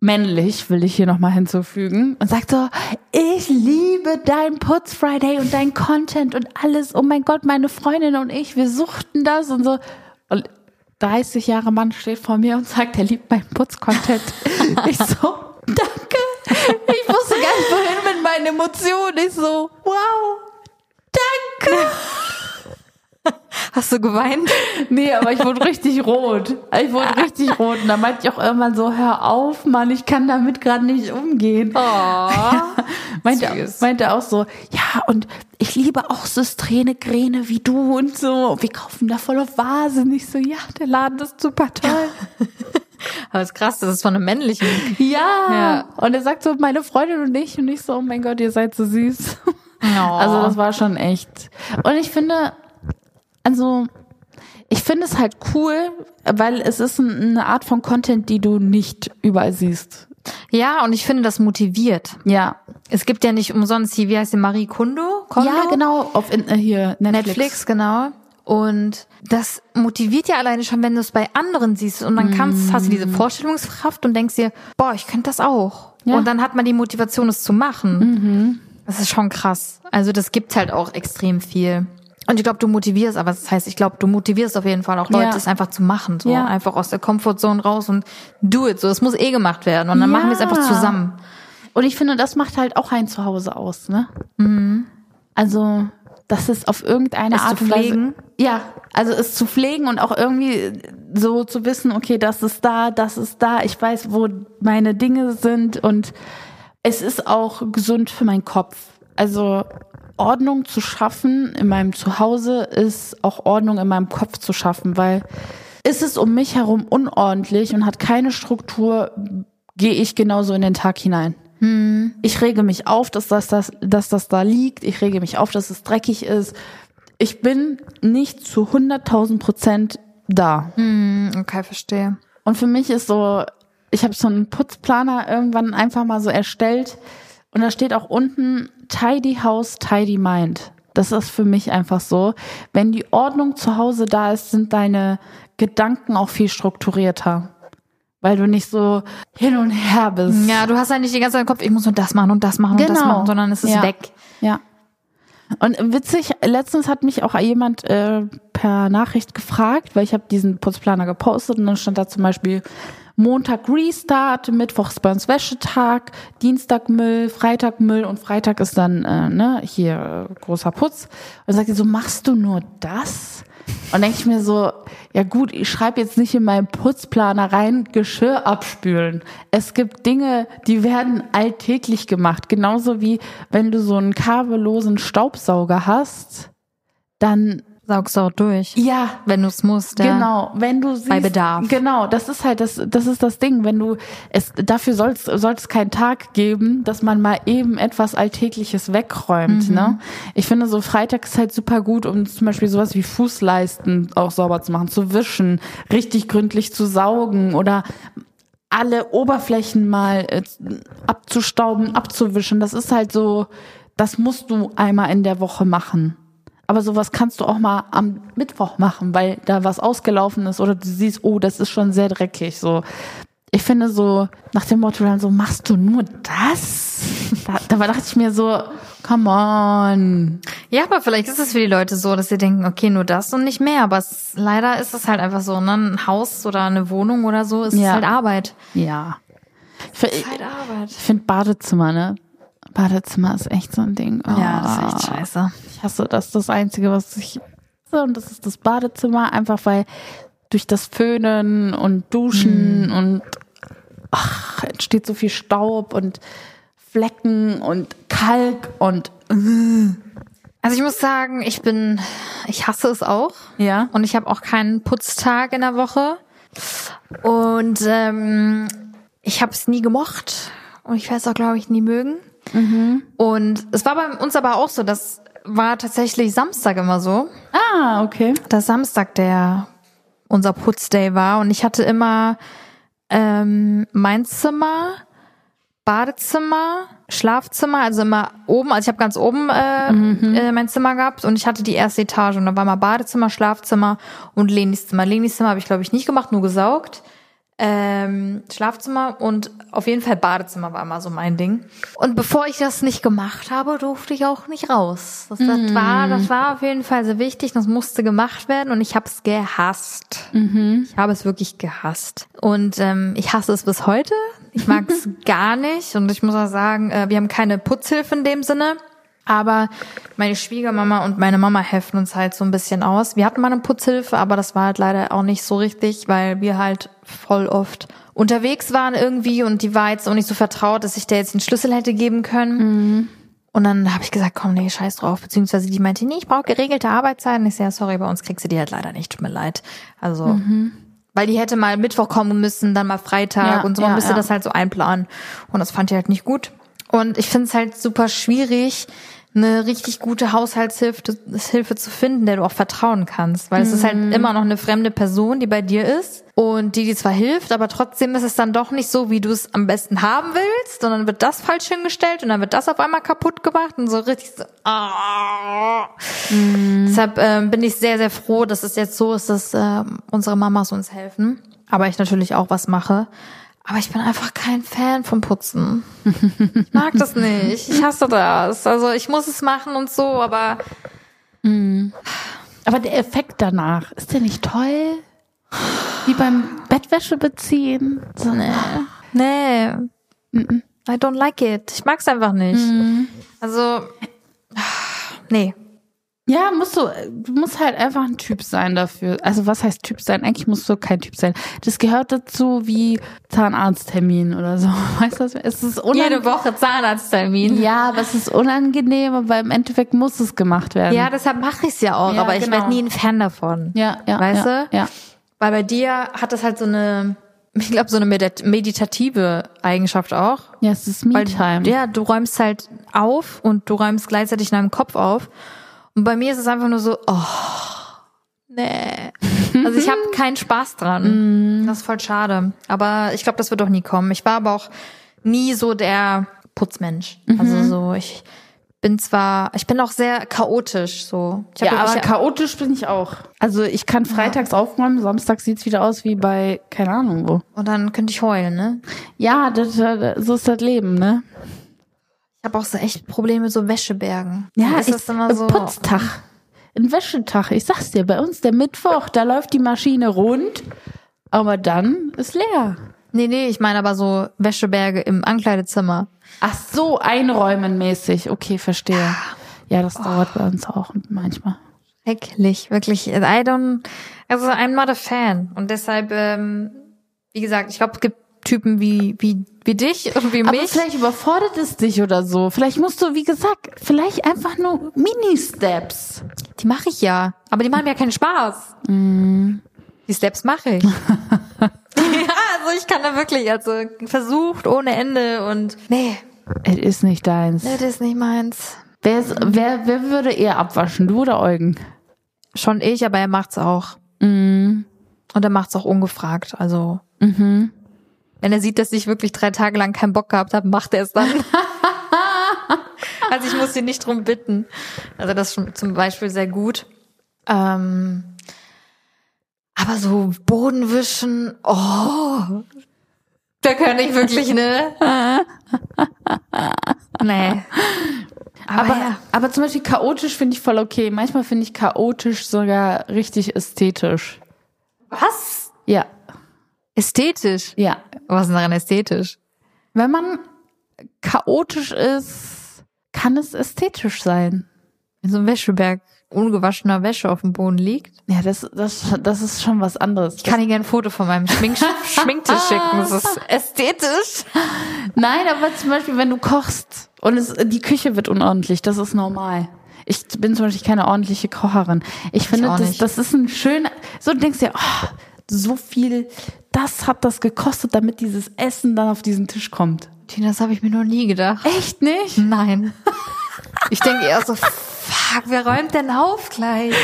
männlich will ich hier nochmal hinzufügen und sagt so, ich liebe dein Putz Friday und dein Content und alles. Oh mein Gott, meine Freundin und ich, wir suchten das und so. Und 30 Jahre Mann steht vor mir und sagt, er liebt meinen Putz-Content. ich so, danke. Ich wusste gar nicht, wohin mit meinen Emotionen. Ich so, wow, danke.
Hast du geweint?
Nee, aber ich wurde richtig rot. Ich wurde richtig rot. Und dann meinte ich auch irgendwann so, hör auf, Mann, ich kann damit gerade nicht umgehen.
Oh.
meinte,
süß.
meinte auch so, ja, und ich liebe auch so Strähne, Gräne wie du und so. Und wir kaufen da voll auf Vase. Und ich so, ja, der Laden ist super toll.
Aber ist krass, das ist von einem männlichen.
ja.
Ja.
Und er sagt so, meine Freundin und ich. Und ich so, oh mein Gott, ihr seid so süß. Also das war schon echt. Und ich finde, also ich finde es halt cool, weil es ist ein- eine Art von Content, die du nicht überall siehst.
ja, und ich finde, das motiviert.
Ja.
Es gibt ja nicht umsonst die, wie heißt die, Marie Kondo? Kondo?
Ja, genau. Auf in, äh, hier Netflix.
Netflix, genau. Und das motiviert ja alleine schon, wenn du es bei anderen siehst. Und dann
Mhm.
kannst, hast du diese Vorstellungskraft und denkst dir, boah, ich könnte das auch.
Ja. Mhm.
Und dann hat man die Motivation, es zu machen. Das ist schon krass. Also das gibt halt auch extrem viel. Und ich glaube, du motivierst, aber das heißt, ich glaube, du motivierst auf jeden Fall auch Leute,
Ja.
es einfach zu machen. So
Ja.
einfach aus der Comfortzone raus und do it. So, es muss eh gemacht werden. Und dann machen wir es
Ja.
einfach zusammen.
Und ich finde, das macht halt auch ein Zuhause aus, ne? Also, das ist auf irgendeine
Mhm. Es
Art
zu
und
pflegen?
Weise. Ja, also es zu pflegen und auch irgendwie so zu wissen, okay, das ist da, das ist da, ich weiß, wo meine Dinge sind und es ist auch gesund für meinen Kopf. Also Ordnung zu schaffen in meinem Zuhause ist auch Ordnung in meinem Kopf zu schaffen, weil ist es um mich herum unordentlich und hat keine Struktur, gehe ich genauso in den Tag hinein. Ich rege mich auf, dass das, das, dass das da liegt. Ich rege mich auf, dass es dreckig ist. Ich bin nicht zu 100.000 Prozent da. Mhm,
Okay, verstehe.
Und für mich ist so, ich habe so einen Putzplaner irgendwann einfach mal so erstellt. Und da steht auch unten Tidy House, Tidy Mind. Das ist für mich einfach so. Wenn die Ordnung zu Hause da ist, sind deine Gedanken auch viel strukturierter. Weil du nicht so hin und her bist.
Ja, du hast halt nicht die ganze Zeit im Kopf, ich muss nur das machen und das machen und das machen, sondern es ist
Genau. ja.
weg.
Ja. Und witzig, letztens hat mich auch jemand äh, per Nachricht gefragt, weil ich habe diesen Putzplaner gepostet und dann stand da zum Beispiel Montag Restart, Mittwoch Burns Wäschetag, Dienstag Müll, Freitag Müll und Freitag ist dann äh, ne, hier äh, großer Putz. Und sagt sie so, machst du nur das? Und denke ich mir so, ja gut, ich schreibe jetzt nicht in meinen Putzplaner rein, Geschirr abspülen. Es gibt Dinge, die werden alltäglich gemacht. Genauso wie wenn du so einen kabellosen Staubsauger hast, dann
Saugst du auch durch.
ja,
Wenn du es musst, ja.
Genau, wenn du siehst,
Bei Bedarf.
Genau, das ist halt das, das ist das Ding. Wenn du es dafür soll es keinen Tag geben, dass man mal eben etwas Alltägliches wegräumt.
Mhm.
Ne, ich finde so Freitag ist halt super gut, um zum Beispiel sowas wie Fußleisten auch sauber zu machen, zu wischen, richtig gründlich zu saugen oder alle Oberflächen mal äh, abzustauben, abzuwischen. Das ist halt so, das musst du einmal in der Woche machen. Aber sowas kannst du auch mal am Mittwoch machen, weil da was ausgelaufen ist oder du siehst, oh, das ist schon sehr dreckig. So, ich finde so nach dem Motto dann so, machst du nur das? Da, dabei dachte ich mir so, come on.
Ja, aber vielleicht ist es für die Leute so, dass sie denken, okay, nur das und nicht mehr. Aber es, leider ist es halt einfach so, ne? Ein Haus oder eine Wohnung oder so, es ist
Ja.
halt Arbeit.
Ja. Ich, fi-
Halt Arbeit.
ich finde Badezimmer, ne? Badezimmer ist echt so ein Ding. Oh.
Ja, das ist echt scheiße.
Ich hasse das, das Einzige, was ich hasse. Und das ist das Badezimmer, einfach weil durch das Föhnen und Duschen und ach, entsteht so viel Staub und Flecken und Kalk und
Also ich muss sagen, ich bin, ich hasse es auch.
ja.
Und ich habe auch keinen Putztag in der Woche. Und ähm, ich habe es nie gemocht. Und ich werde es auch, glaube ich, nie mögen.
Mhm.
Und es war bei uns aber auch so, das war tatsächlich Samstag immer so,
Ah, okay.
dass Samstag der unser Putzday war. Und ich hatte immer ähm, mein Zimmer Badezimmer, Schlafzimmer, also immer oben, also ich habe ganz oben äh, äh, mein Zimmer gehabt und ich hatte die erste Etage und da war mal Badezimmer, Schlafzimmer und Lenis Zimmer. Lenis Zimmer habe ich glaube ich nicht gemacht, nur gesaugt. Ähm, Schlafzimmer und auf jeden Fall Badezimmer war immer so mein Ding. Und bevor ich das nicht gemacht habe, durfte ich auch nicht raus. Das, das war, das war auf jeden Fall sehr wichtig. Das musste gemacht werden und ich habe es gehasst. Ich habe es wirklich gehasst. Und ähm, ich hasse es bis heute. Ich mag es gar nicht. Und ich muss auch sagen, äh, wir haben keine Putzhilfe in dem Sinne. Aber meine Schwiegermama und meine Mama heften uns halt so ein bisschen aus. Wir hatten mal eine Putzhilfe, aber das war halt leider auch nicht so richtig, weil wir halt voll oft unterwegs waren irgendwie und die war jetzt auch nicht so vertraut, dass ich der jetzt den Schlüssel hätte geben können. Und dann habe ich gesagt, komm, nee, scheiß drauf. Beziehungsweise die meinte, nee, ich brauche geregelte Arbeitszeiten. Ich sage, ja, sorry, bei uns kriegst du die halt leider nicht. Tut mir leid. Also, weil die hätte mal Mittwoch kommen müssen, dann mal Freitag
Ja,
und so. Man
ja,
müsste
ja.
das halt so einplanen. Und das fand ich halt nicht gut. Und ich finde es halt super schwierig, eine richtig gute Haushaltshilfe Hilfe zu finden, der du auch vertrauen kannst. Weil es ist
Mhm.
halt immer noch eine fremde Person, die bei dir ist und die dir zwar hilft, aber trotzdem ist es dann doch nicht so, wie du es am besten haben willst, sondern wird das falsch hingestellt und dann wird das auf einmal kaputt gemacht und so richtig so. ah. Deshalb ähm, bin ich sehr, sehr froh, dass es jetzt so ist, dass ähm, unsere Mamas uns helfen. Aber ich natürlich auch was mache. Aber ich bin einfach kein Fan vom Putzen. Ich mag das nicht. Ich hasse das. Also ich muss es machen und so, aber
Aber der Effekt danach, ist der nicht toll? Wie beim Bettwäsche beziehen. So, ne.
nee. I don't like it. Ich mag's einfach nicht. Also nee.
Ja, musst du, du musst halt einfach ein Typ sein dafür. Also was heißt Typ sein? Eigentlich musst du kein Typ sein. Das gehört dazu wie Zahnarzttermin oder so. Weißt du, was ich meine? es ist unangenehm.
Jede Woche Zahnarzttermin.
Ja, aber es ist unangenehm, aber im Endeffekt muss es gemacht werden.
Ja, deshalb mache ich's ja auch,
Ja,
aber ich
genau.
werd nie ein Fan davon.
ja, ja.
Weißt
ja,
du?
Ja.
Weil bei dir hat das halt so eine, ich glaube, so eine medit- meditative Eigenschaft auch.
Ja, es ist
Weil,
Me-Time.
ja, du räumst halt auf und du räumst gleichzeitig in deinem Kopf auf. Und bei mir ist es einfach nur so, oh, nee. Also ich habe keinen Spaß
Mm.
dran. Das ist voll schade. Aber ich glaube, das wird auch nie kommen. Ich war aber auch nie so der Putzmensch.
Mhm.
Also so, ich bin zwar, ich bin auch sehr chaotisch so. Ich hab
ja, aber
wirklich-
chaotisch bin ich auch. Also ich kann freitags aufräumen, samstags sieht's wieder aus wie bei, keine Ahnung wo.
und dann könnte ich heulen, ne?
Ja, das, das, so ist das Leben, ne?
Ich habe auch so echt Probleme mit so Wäschebergen.
Ja,
ist
ich,
das immer so.
Putztag. Ein Wäschetag. Ich sag's dir, bei uns der Mittwoch, da läuft die Maschine rund, aber dann ist leer.
Nee, nee, ich meine aber so Wäscheberge im Ankleidezimmer.
Ach so, einräumen mäßig. Okay, verstehe. Ja, das dauert bei uns auch manchmal.
Schrecklich, wirklich. I don't, also I'm not a fan. Und deshalb, ähm, wie gesagt, ich glaube, es gibt Typen wie, wie, wie dich und wie
Aber
mich.
vielleicht überfordert es dich oder so. Vielleicht musst du, wie gesagt, vielleicht einfach nur Mini-Steps.
Die mache ich ja. Aber die machen mir ja keinen Spaß. Die Steps mache ich. Mhm. ja, also ich kann da wirklich, also versucht ohne Ende und nee,
Es ist nicht deins.
das ist nicht meins.
Wer, ist, wer, wer würde eher abwaschen, du oder Eugen?
Schon ich, aber er macht's auch. Mhm. Und er macht's auch ungefragt. Also. Wenn er sieht, dass ich wirklich drei Tage lang keinen Bock gehabt habe, macht er es dann. also ich muss ihn nicht drum bitten. Also das ist schon zum Beispiel sehr gut. Ähm, aber so Boden wischen, oh, da kann ich wirklich, ne? nee. Aber,
Aber,
ja.
aber zum Beispiel chaotisch finde ich voll okay. Manchmal finde ich chaotisch sogar richtig ästhetisch.
was?
Ja,
Ästhetisch.
ja.
Was ist denn daran ästhetisch?
Wenn man chaotisch ist, kann es ästhetisch sein.
Wenn so ein Wäscheberg ungewaschener Wäsche auf dem Boden liegt.
Ja, das, das, das ist schon was anderes.
Ich kann dir gerne ein Foto von meinem Schmink Schminktisch schicken. Das ist ästhetisch.
Nein, aber zum Beispiel, wenn du kochst und es, die Küche wird unordentlich, das ist normal. Ich bin zum Beispiel keine ordentliche Kocherin. Ich finde,
auch
das,
nicht.
das ist ein schöner, so du denkst dir, oh, so viel, das hat das gekostet, damit dieses Essen dann auf diesen Tisch kommt.
Tina, das habe ich mir noch nie gedacht.
Echt nicht?
Nein. Ich denke eher so, fuck, wer räumt denn auf gleich?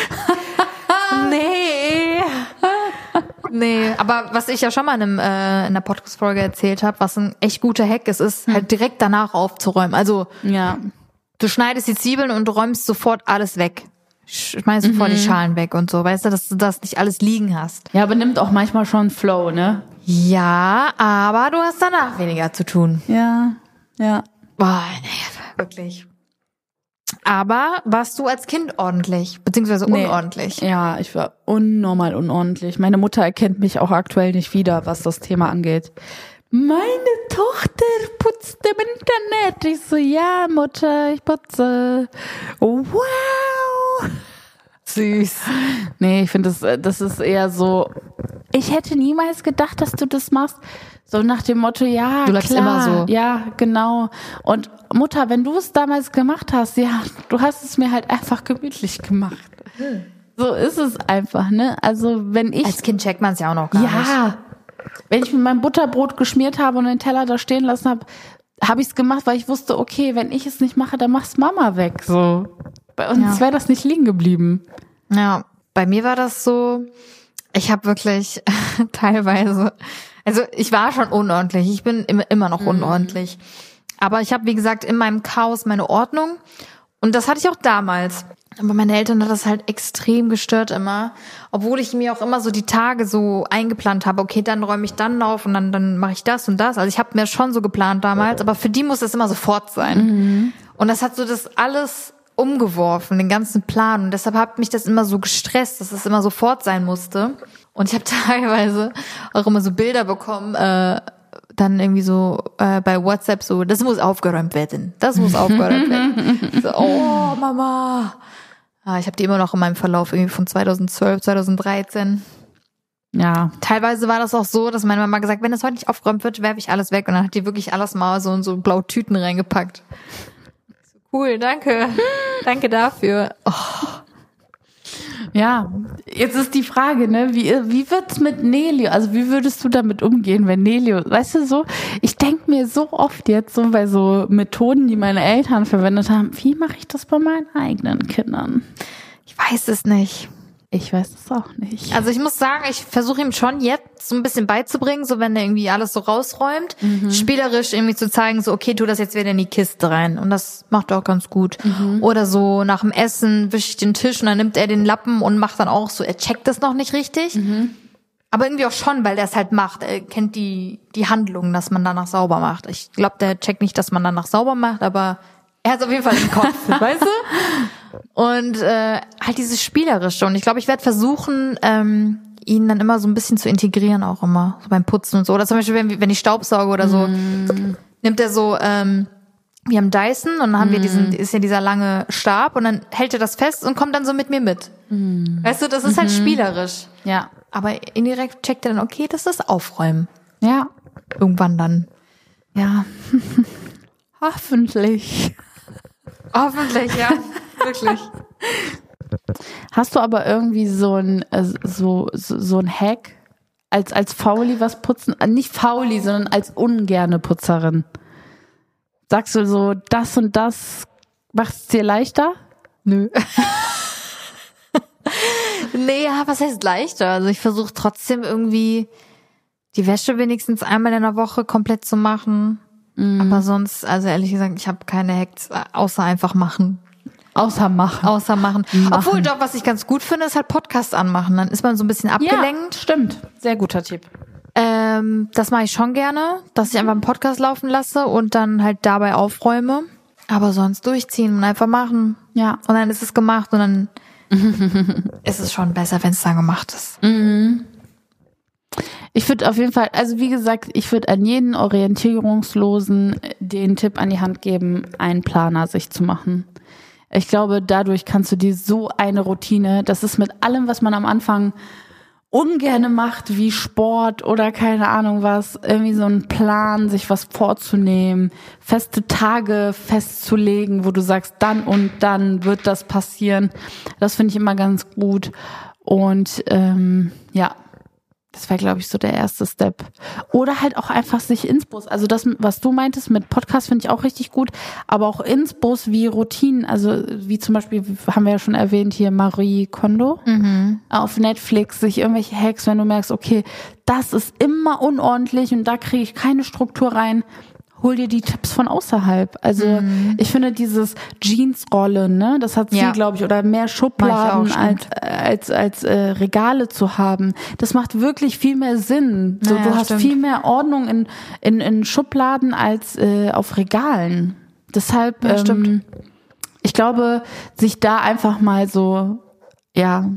Nee. Nee, aber was ich ja schon mal in, einem, äh, in einer Podcast-Folge erzählt habe, was ein echt guter Hack ist, ist halt direkt danach aufzuräumen. Also
Hm. Ja.
du schneidest die Zwiebeln und räumst sofort alles weg. Schmeißt sofort die Schalen weg und so, weißt du, dass du das nicht alles liegen hast.
Ja, aber nimmt auch manchmal schon Flow, ne?
Ja, aber du hast danach weniger zu tun.
Ja. Ja.
Boah, nee, wirklich. Aber warst du als Kind ordentlich, beziehungsweise
Nee.
unordentlich?
Ja, ich war unnormal unordentlich. Meine Mutter erkennt mich auch aktuell nicht wieder, was das Thema angeht. Meine Tochter putzt im Internet. Ich so, ja, Mutter, ich putze. Wow.
Süß.
Nee, ich finde, das, äh, das ist eher so, ich hätte niemals gedacht, dass du das machst. So nach dem Motto, ja,
Du läufst
klar,
immer so.
Ja, genau. Und Mutter, wenn du es damals gemacht hast, ja, du hast es mir halt einfach gemütlich gemacht. So ist es einfach, ne? Also wenn ich
Als Kind checkt man es ja auch noch gar nicht.
ja, wenn ich mir mein Butterbrot geschmiert habe und den Teller da stehen lassen habe, habe ich es gemacht, weil ich wusste, okay, wenn ich es nicht mache, dann mach's Mama weg. So. Bei uns
Ja.
wäre das nicht liegen geblieben.
Ja, bei mir war das so, ich habe wirklich teilweise, also ich war schon unordentlich, ich bin im- immer noch unordentlich. Aber ich habe, wie gesagt, in meinem Chaos meine Ordnung und das hatte ich auch damals. Aber meine Eltern hat das halt extrem gestört immer, obwohl ich mir auch immer so die Tage so eingeplant habe, okay, dann räume ich dann auf und dann, dann mache ich das und das. Also ich habe mir schon so geplant damals, aber für die muss das immer sofort sein. Und das hat so das alles umgeworfen, den ganzen Plan. Und deshalb hat mich das immer so gestresst, dass es immer sofort sein musste. Und ich habe teilweise auch immer so Bilder bekommen, äh, dann irgendwie so äh, bei WhatsApp so, das muss aufgeräumt werden, das muss aufgeräumt werden. So, oh, Mama. Ah, ich habe die immer noch in meinem Verlauf irgendwie von 2012, 2013.
Ja,
Teilweise war das auch so, dass meine Mama gesagt, wenn das heute nicht aufgeräumt wird, werfe ich alles weg. Und dann hat die wirklich alles mal so in so blaue Tüten reingepackt. So, cool, danke. danke dafür. Oh,
Ja, jetzt ist die Frage, ne, wie, wie wird's mit Nelio? Also wie würdest du damit umgehen, wenn Nelio, weißt du so, ich denk mir so oft jetzt so bei so Methoden, die meine Eltern verwendet haben, wie mache ich das bei meinen eigenen Kindern?
ich weiß es nicht.
Ich weiß es auch nicht.
Also ich muss sagen, ich versuche ihm schon jetzt so ein bisschen beizubringen, so wenn er irgendwie alles so rausräumt, spielerisch irgendwie zu zeigen, so okay, tu das jetzt wieder in die Kiste rein und das macht er auch ganz gut. Oder so nach dem Essen wische ich den Tisch und dann nimmt er den Lappen und macht dann auch so, er checkt das noch nicht richtig. Aber irgendwie auch schon, weil der es halt macht. Er kennt die, die Handlung, dass man danach sauber macht. Ich glaube, der checkt nicht, dass man danach sauber macht, aber er hat auf jeden Fall im Kopf, weißt du? Und äh, halt dieses Spielerische. Und ich glaube, ich werde versuchen, ähm, ihn dann immer so ein bisschen zu integrieren, auch immer. So beim Putzen und so. Oder zum Beispiel, wenn, wir- wenn ich Staubsauge oder so, nimmt er so, ähm, wir haben Dyson und dann haben wir diesen, ist ja dieser lange Stab und dann hält er das fest und kommt dann so mit mir mit. Weißt du, das ist halt spielerisch.
ja.
Aber indirekt checkt er dann, okay, das ist Aufräumen.
Ja.
Irgendwann dann.
Ja. Hoffentlich.
Hoffentlich, ja. Wirklich.
Hast du aber irgendwie so ein äh, so so, so ein Hack als als Fauli was putzen, äh, nicht Fauli, sondern als ungerne Putzerin? Sagst du so das und das macht es dir leichter?
Nö. nee, ja, was heißt leichter? Also ich versuche trotzdem irgendwie die Wäsche wenigstens einmal in der Woche komplett zu machen. Aber sonst, also ehrlich gesagt, ich habe keine Hacks, äh, außer einfach machen.
Außer machen.
Außer machen. Obwohl doch, was ich ganz gut finde, ist halt Podcast anmachen. Dann ist man so ein bisschen abgelenkt.
stimmt. Sehr guter Tipp.
Ähm, das mache ich schon gerne, dass ich einfach einen Podcast laufen lasse und dann halt dabei aufräume. Aber sonst durchziehen und einfach machen.
Ja.
Und dann ist es gemacht und dann ist es schon besser, wenn es dann gemacht ist.
Ich würde auf jeden Fall, also wie gesagt, ich würde an jeden Orientierungslosen äh, den Tipp an die Hand geben, einen Planer sich zu machen. Ich glaube, dadurch kannst du dir so eine Routine, das ist mit allem, was man am Anfang ungerne macht, wie Sport oder keine Ahnung was, irgendwie so einen Plan, sich was vorzunehmen, feste Tage festzulegen, wo du sagst, dann und dann wird das passieren. Das finde ich immer ganz gut. Und ähm, ja, Das wäre, glaube ich, so der erste Step. Oder halt auch einfach sich Inspos. Also das, was du meintest mit Podcast, finde ich auch richtig gut. Aber auch Inspos wie Routinen. Also wie zum Beispiel, haben wir ja schon erwähnt, hier Marie Kondo
Mhm.
auf Netflix. Sich irgendwelche Hacks, wenn du merkst, okay, das ist immer unordentlich und da kriege ich keine Struktur rein. Hol dir die Tipps von außerhalb. Also ich finde dieses Jeansrollen, ne, das hat sie,
Mhm. Ja.
glaube ich, oder mehr
Mach
Schubladen
ich auch,
als
stimmt.
als, als äh, Regale zu haben, das macht wirklich viel mehr Sinn. So,
Naja,
du hast
stimmt.
viel mehr Ordnung in, in, in Schubladen als äh, auf Regalen. Deshalb,
Ja,
ähm,
stimmt.
ich glaube, sich da einfach mal so, ja,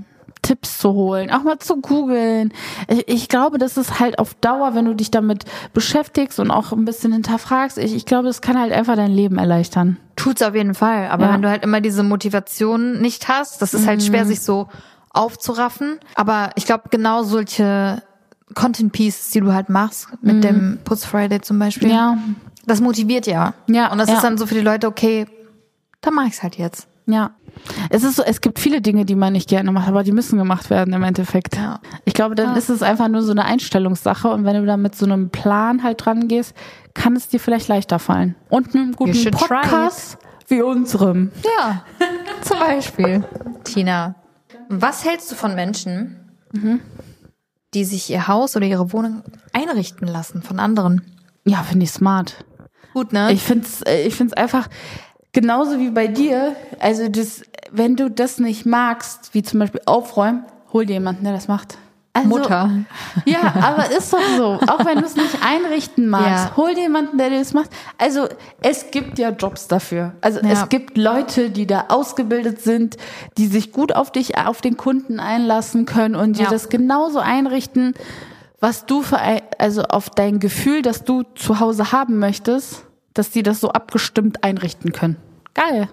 Tipps zu holen, auch mal zu googeln. Ich, ich glaube, das ist halt auf Dauer, wenn du dich damit beschäftigst und auch ein bisschen hinterfragst, ich, ich glaube, das kann halt einfach dein Leben erleichtern.
Tut's auf jeden Fall. Aber
Ja. Mhm.
wenn du halt immer diese Motivation nicht hast, das ist halt schwer, sich so aufzuraffen. Aber ich glaube, genau solche Content Pieces, die du halt machst, mit dem Putz Friday zum Beispiel,
Mhm. Ja,
das motiviert ja.
Ja,
Und das
ja.
ist dann so für die Leute, okay, dann mach ich's halt jetzt.
Ja. Es ist so, es gibt viele Dinge, die man nicht gerne macht, aber die müssen gemacht werden im Endeffekt.
Ja.
Ich glaube, dann ist es einfach nur so eine Einstellungssache und wenn du da mit so einem Plan halt dran gehst, kann es dir vielleicht leichter fallen. Und einem guten
should try
Podcast wie unserem.
Ja, zum Beispiel. Tina, was hältst du von Menschen,
Mhm.
die sich ihr Haus oder ihre Wohnung einrichten lassen von anderen?
Ja, finde ich smart.
Gut, ne?
Ich finde es ich find's einfach genauso wie bei dir. Also das, wenn du das nicht magst, wie zum Beispiel aufräumen, hol dir jemanden, der das macht. Also,
Mutter.
Ja, aber ist doch so. Auch wenn du es nicht einrichten magst,
Ja.
hol dir jemanden, der dir das macht. Also es gibt ja Jobs dafür. Also
Ja.
es gibt Leute, die da ausgebildet sind, die sich gut auf dich, auf den Kunden einlassen können und dir
Ja.
das genauso einrichten, was du für ein, also auf dein Gefühl, das du zu Hause haben möchtest, dass die das so abgestimmt einrichten können. Geil.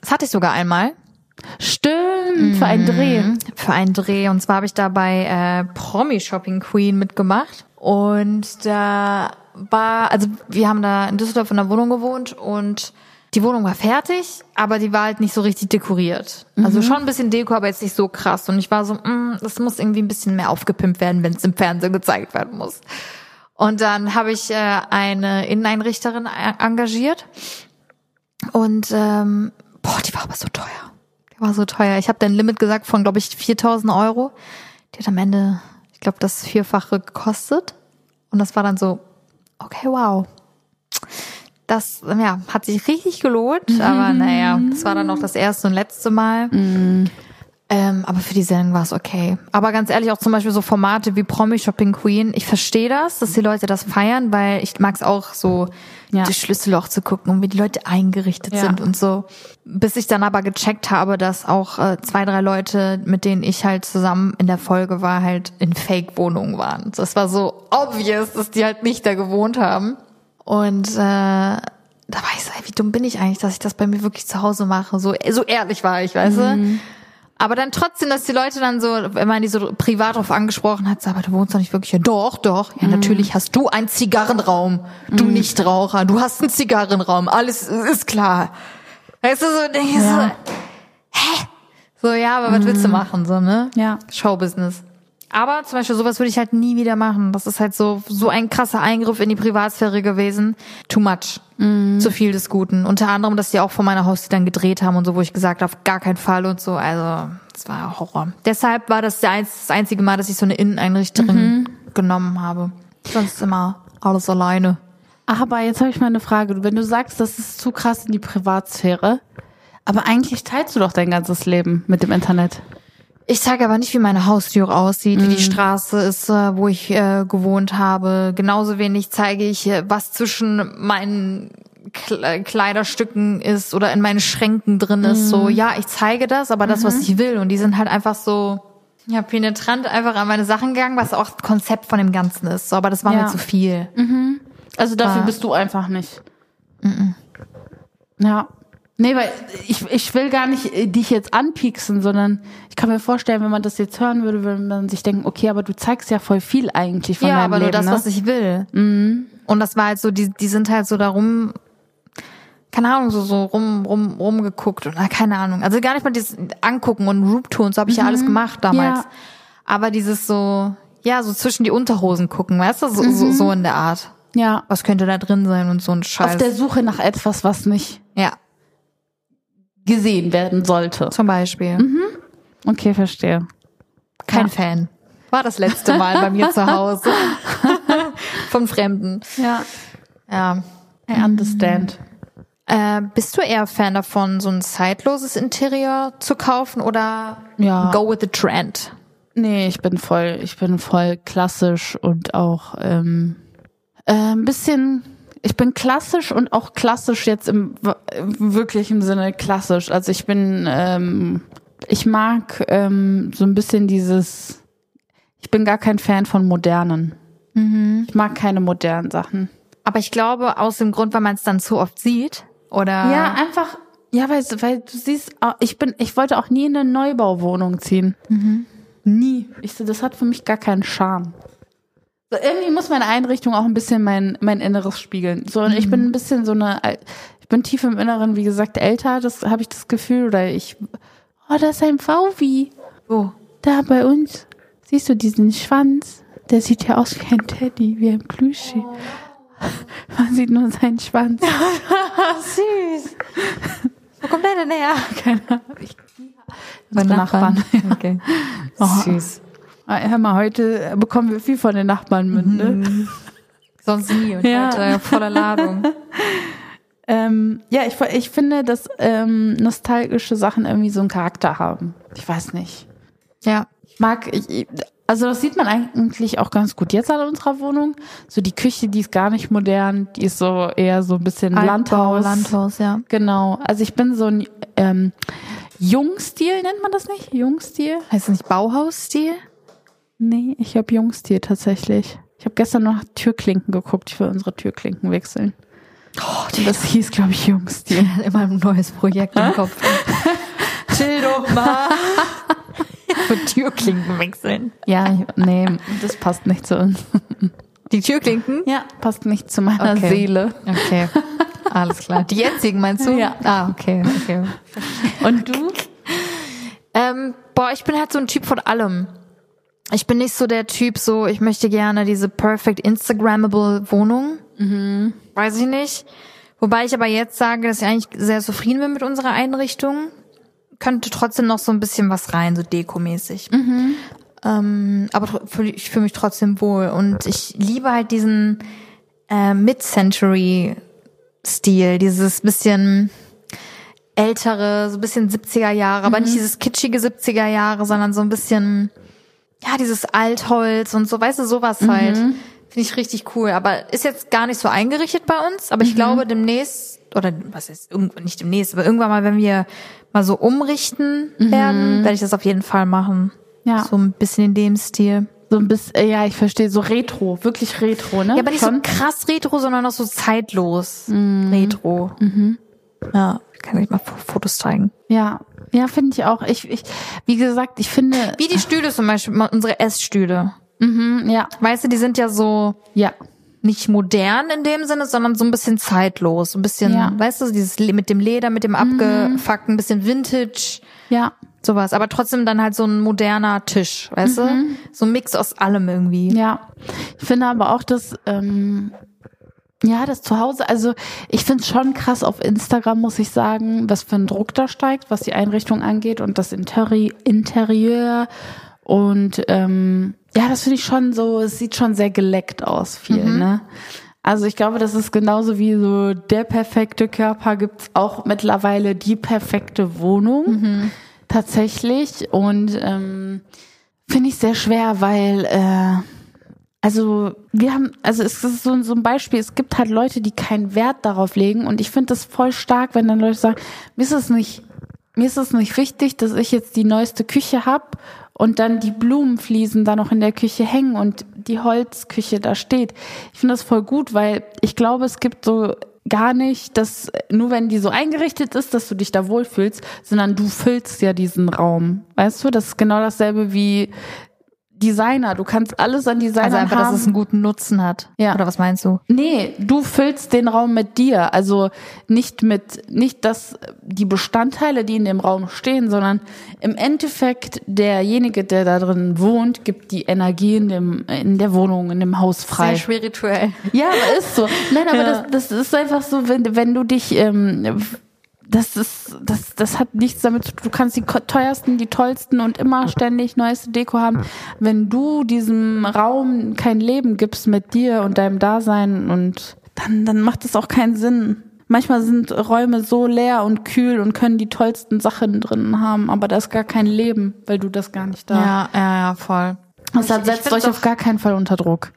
Das hatte ich sogar einmal.
Stimmt, für einen Dreh.
für einen Dreh. Und zwar habe ich da bei äh, Promi Shopping Queen mitgemacht. Und da war, also wir haben da in Düsseldorf in einer Wohnung gewohnt und die Wohnung war fertig, aber die war halt nicht so richtig dekoriert. Also schon ein bisschen Deko, aber jetzt nicht so krass. Und ich war so, "Mm, das muss irgendwie ein bisschen mehr aufgepimpt werden, wenn es im Fernsehen gezeigt werden muss. Und dann habe ich äh, eine Inneneinrichterin a- engagiert. Und ähm, boah, die war aber so teuer. Die war so teuer. Ich habe dann Limit gesagt von, glaube ich, 4000 Euro. Die hat am Ende, ich glaube, das Vierfache gekostet. Und das war dann so, okay, wow. Das ja, hat sich richtig gelohnt, aber naja, das war dann auch das erste und letzte Mal. Ähm, aber für die Sendung war es okay. Aber ganz ehrlich, auch zum Beispiel so Formate wie Promi Shopping Queen, ich verstehe das, dass die Leute das feiern, weil ich mag es auch so,
Ja.
durch Schlüsselloch zu gucken und wie die Leute eingerichtet
Ja.
sind und so. Bis ich dann aber gecheckt habe, dass auch äh, zwei, drei Leute, mit denen ich halt zusammen in der Folge war, halt in Fake-Wohnungen waren. Das war so obvious, dass die halt nicht da gewohnt haben. Und äh, da war ich so, ey, wie dumm bin ich eigentlich, dass ich das bei mir wirklich zu Hause mache. So, äh, so ehrlich war ich, weißt du? Aber dann trotzdem, dass die Leute dann so, wenn man die so privat drauf angesprochen hat, so, aber du wohnst doch nicht wirklich hier. Doch, doch. Ja, natürlich hast du einen Zigarrenraum. Du Nichtraucher. Du hast einen Zigarrenraum. Alles ist klar. Weißt du, so denke ich so, hä? So, ja, aber was willst du machen, so, ne?
Ja.
Showbusiness. Aber zum Beispiel sowas würde ich halt nie wieder machen. Das ist halt so, so ein krasser Eingriff in die Privatsphäre gewesen. Too much. Zu viel des Guten. Unter anderem, dass die auch vor meiner Haustür dann gedreht haben und so, wo ich gesagt habe, gar kein Fall und so. Also, es war Horror. Deshalb war das der einz- das einzige Mal, dass ich so eine Inneneinrichterin genommen habe. Sonst immer alles alleine.
Ach, aber jetzt habe ich mal eine Frage. Wenn du sagst, das ist zu krass in die Privatsphäre, aber eigentlich teilst du doch dein ganzes Leben mit dem Internet.
Ich sage aber nicht, wie meine Haustür aussieht, wie die Straße ist, äh, wo ich äh, gewohnt habe. Genauso wenig zeige ich, äh, was zwischen meinen Kle- äh, Kleiderstücken ist oder in meinen Schränken drin ist. So, ja, ich zeige das, aber das, was ich will. Und die sind halt einfach so, ja, penetrant einfach an meine Sachen gegangen, was auch Konzept von dem Ganzen ist. So, aber das war
Ja.
mir zu viel.
Also dafür
Ah.
bist du einfach nicht. Ja. Nee, weil ich, ich will gar nicht äh, dich jetzt anpieksen, sondern ich kann mir vorstellen, wenn man das jetzt hören würde, würde man sich denken, okay, aber du zeigst ja voll viel eigentlich von
ja,
deinem
aber
Leben.
nur das,
ne? Mhm.
was ich will. Und das war halt so, die, die sind halt so darum, keine Ahnung, so, so rum, rum, rumgeguckt oder keine Ahnung. Also
Mhm.
gar nicht mal dieses Angucken und Roop-Tour und so habe ich ja alles gemacht damals.
Ja.
Aber dieses so, Ja, so zwischen die Unterhosen gucken, weißt du? So, so, so in der Art.
Ja.
Was könnte da drin sein und so ein Scheiß.
Mhm. Auf der Suche nach etwas, was nicht
ja,
gesehen werden sollte.
zum Beispiel.
Okay, verstehe.
Kein
Ja.
Fan. War das letzte Mal bei mir zu Hause. Von Fremden.
Ja.
Ja.
I understand.
Äh, bist du eher Fan davon, so ein zeitloses Interieur zu kaufen oder
Ja.
go with the trend?
Nee, ich bin voll, ich bin voll klassisch und auch ähm, äh, ein bisschen. Ich bin klassisch und auch klassisch jetzt im, w- im wirklichen Sinne klassisch. Also ich bin, ähm, ich mag ähm, so ein bisschen dieses. Ich bin gar kein Fan von modernen. Ich mag keine modernen Sachen.
Aber ich glaube, aus dem Grund, weil man es dann zu oft sieht oder
Ja, einfach. Ja, weil, weil du siehst, ah, ich bin, ich wollte auch nie in eine Neubauwohnung ziehen. Nie. Ich so, das hat für mich gar keinen Charme. So, irgendwie muss meine Einrichtung auch ein bisschen mein, mein Inneres spiegeln. So, und ich bin ein bisschen so eine, äh, ich bin tief im Inneren, wie gesagt, älter, das habe ich das Gefühl, oder ich, oh, da ist ein Wauwi.
Wo?
Da bei uns. Siehst du diesen Schwanz? Der sieht ja aus wie ein Teddy, wie ein Plüschi. Man sieht nur seinen Schwanz.
süß. Wo kommt deine näher?
Keine Ahnung. Unsere Nachbarn.
Okay. Oh. Süß.
Ah, Hör mal, heute bekommen wir viel von den Nachbarn mit, ne?
Sonst nie. Und
Ja.
heute voller Ladung.
Ähm, ja, ich, ich finde, dass ähm, nostalgische Sachen irgendwie so einen Charakter haben. Ich weiß nicht.
Ja.
Ich mag, ich, also das sieht man eigentlich auch ganz gut jetzt an unserer Wohnung. So die Küche, die ist gar nicht modern, die ist so eher so ein bisschen
Altbau,
Landhaus.
Landhaus, ja.
Genau. Also ich bin so ein ähm, Jungstil, nennt man das nicht? Jungstil?
Heißt es nicht Bauhausstil?
Nee, ich habe Jungstil tatsächlich. Ich habe gestern noch Türklinken geguckt. Ich will unsere Türklinken wechseln.
Oh,
Und das hieß, glaube ich, Jungstil.
hat immer ein neues Projekt im Kopf. Chill doch mal. Für Türklinken wechseln.
Ja, ich- nee, das passt nicht zu uns.
Die Türklinken?
Ja, passt nicht zu meiner
Okay.
Seele.
Okay. Alles klar. Die jetzigen meinst du? Ja. Ah, okay, okay.
Und du?
Ähm, boah, ich bin halt so ein Typ von allem. Ich bin nicht so der Typ, so ich möchte gerne diese perfect Instagrammable Wohnung. Weiß ich nicht. Wobei ich aber jetzt sage, dass ich eigentlich sehr zufrieden bin mit unserer Einrichtung. Könnte trotzdem noch so ein bisschen was rein, so dekomäßig. Ähm, aber tr- fühl- ich fühle mich trotzdem wohl. Und ich liebe halt diesen äh, Mid-Century-Stil, dieses bisschen ältere, so ein bisschen 70er Jahre, aber nicht dieses kitschige 70er Jahre, sondern so ein bisschen, ja, dieses Altholz und so, weißt du, sowas halt. Finde ich richtig cool. Aber ist jetzt gar nicht so eingerichtet bei uns, aber ich glaube demnächst, oder was ist, irgendwann, nicht demnächst, aber irgendwann mal, wenn wir mal so umrichten werden, werde ich das auf jeden Fall machen.
Ja.
So ein bisschen in dem Stil.
So ein bisschen, äh, ja, ich verstehe, so Retro, wirklich Retro, ne?
Ja, aber nicht so
Schon? Mhm.
krass retro, sondern auch so zeitlos retro. Ja, kann ich mal F- Fotos zeigen.
Ja, ja, finde ich auch. Ich, ich, wie gesagt, ich finde,
Wie die Stühle zum Beispiel, mal unsere Essstühle.
hm, ja,
Weißt du, die sind ja so
ja,
nicht modern in dem Sinne, sondern so ein bisschen zeitlos. So Ein bisschen,
Ja. Mhm.
weißt du, dieses Le- mit dem Leder, mit dem abgefuckten, bisschen Vintage,
ja,
sowas. Aber trotzdem dann halt so ein moderner Tisch, weißt du? So ein Mix aus allem irgendwie.
Mhm. ja. Ich finde aber auch, dass, ähm, ja, das Zuhause, also ich finde es schon krass auf Instagram, muss ich sagen, was für ein Druck da steigt, was die Einrichtung angeht und das Interi Interieur und ähm, ja, das finde ich schon so, es sieht schon sehr geleckt aus viel, ne? Also ich glaube, das ist genauso wie so der perfekte Körper gibt's auch mittlerweile die perfekte Wohnung tatsächlich und ähm, finde ich sehr schwer, weil äh, also wir haben, also es ist so, so ein Beispiel, es gibt halt Leute, die keinen Wert darauf legen und ich finde das voll stark, wenn dann Leute sagen, mir ist es nicht, mir ist es nicht wichtig, dass ich jetzt die neueste Küche hab und dann die Blumenfliesen da noch in der Küche hängen und die Holzküche da steht. Ich finde das voll gut, weil ich glaube, es gibt so gar nicht, dass nur wenn die so eingerichtet ist, dass du dich da wohlfühlst, sondern du füllst ja diesen Raum. Weißt du, das ist genau dasselbe wie Designer. Du kannst alles an Designer
Also einfach,
haben.
dass es einen guten Nutzen hat.
Ja.
Oder was meinst du?
Nee, du füllst den Raum mit dir. Also nicht mit, nicht dass die Bestandteile, die in dem Raum stehen, sondern im Endeffekt derjenige, der da drin wohnt, gibt die Energie in dem, in der Wohnung, in dem Haus frei.
spirituell.
Ja, aber ist so. Nein, aber das, das ist einfach so, wenn, wenn du dich, ähm, das ist, das, das hat nichts damit zu tun. Du kannst die ko- teuersten, die tollsten und immer ständig neueste Deko haben. Wenn du diesem Raum kein Leben gibst mit dir und deinem Dasein und dann, dann macht es auch keinen Sinn. Manchmal sind Räume so leer und kühl und können die tollsten Sachen drin haben, aber da ist gar kein Leben, weil du das gar nicht da. Ja.
Ja, ja, ja, voll.
Deshalb
Ich- ich
setzt
find's
euch auf gar keinen Fall unter Druck.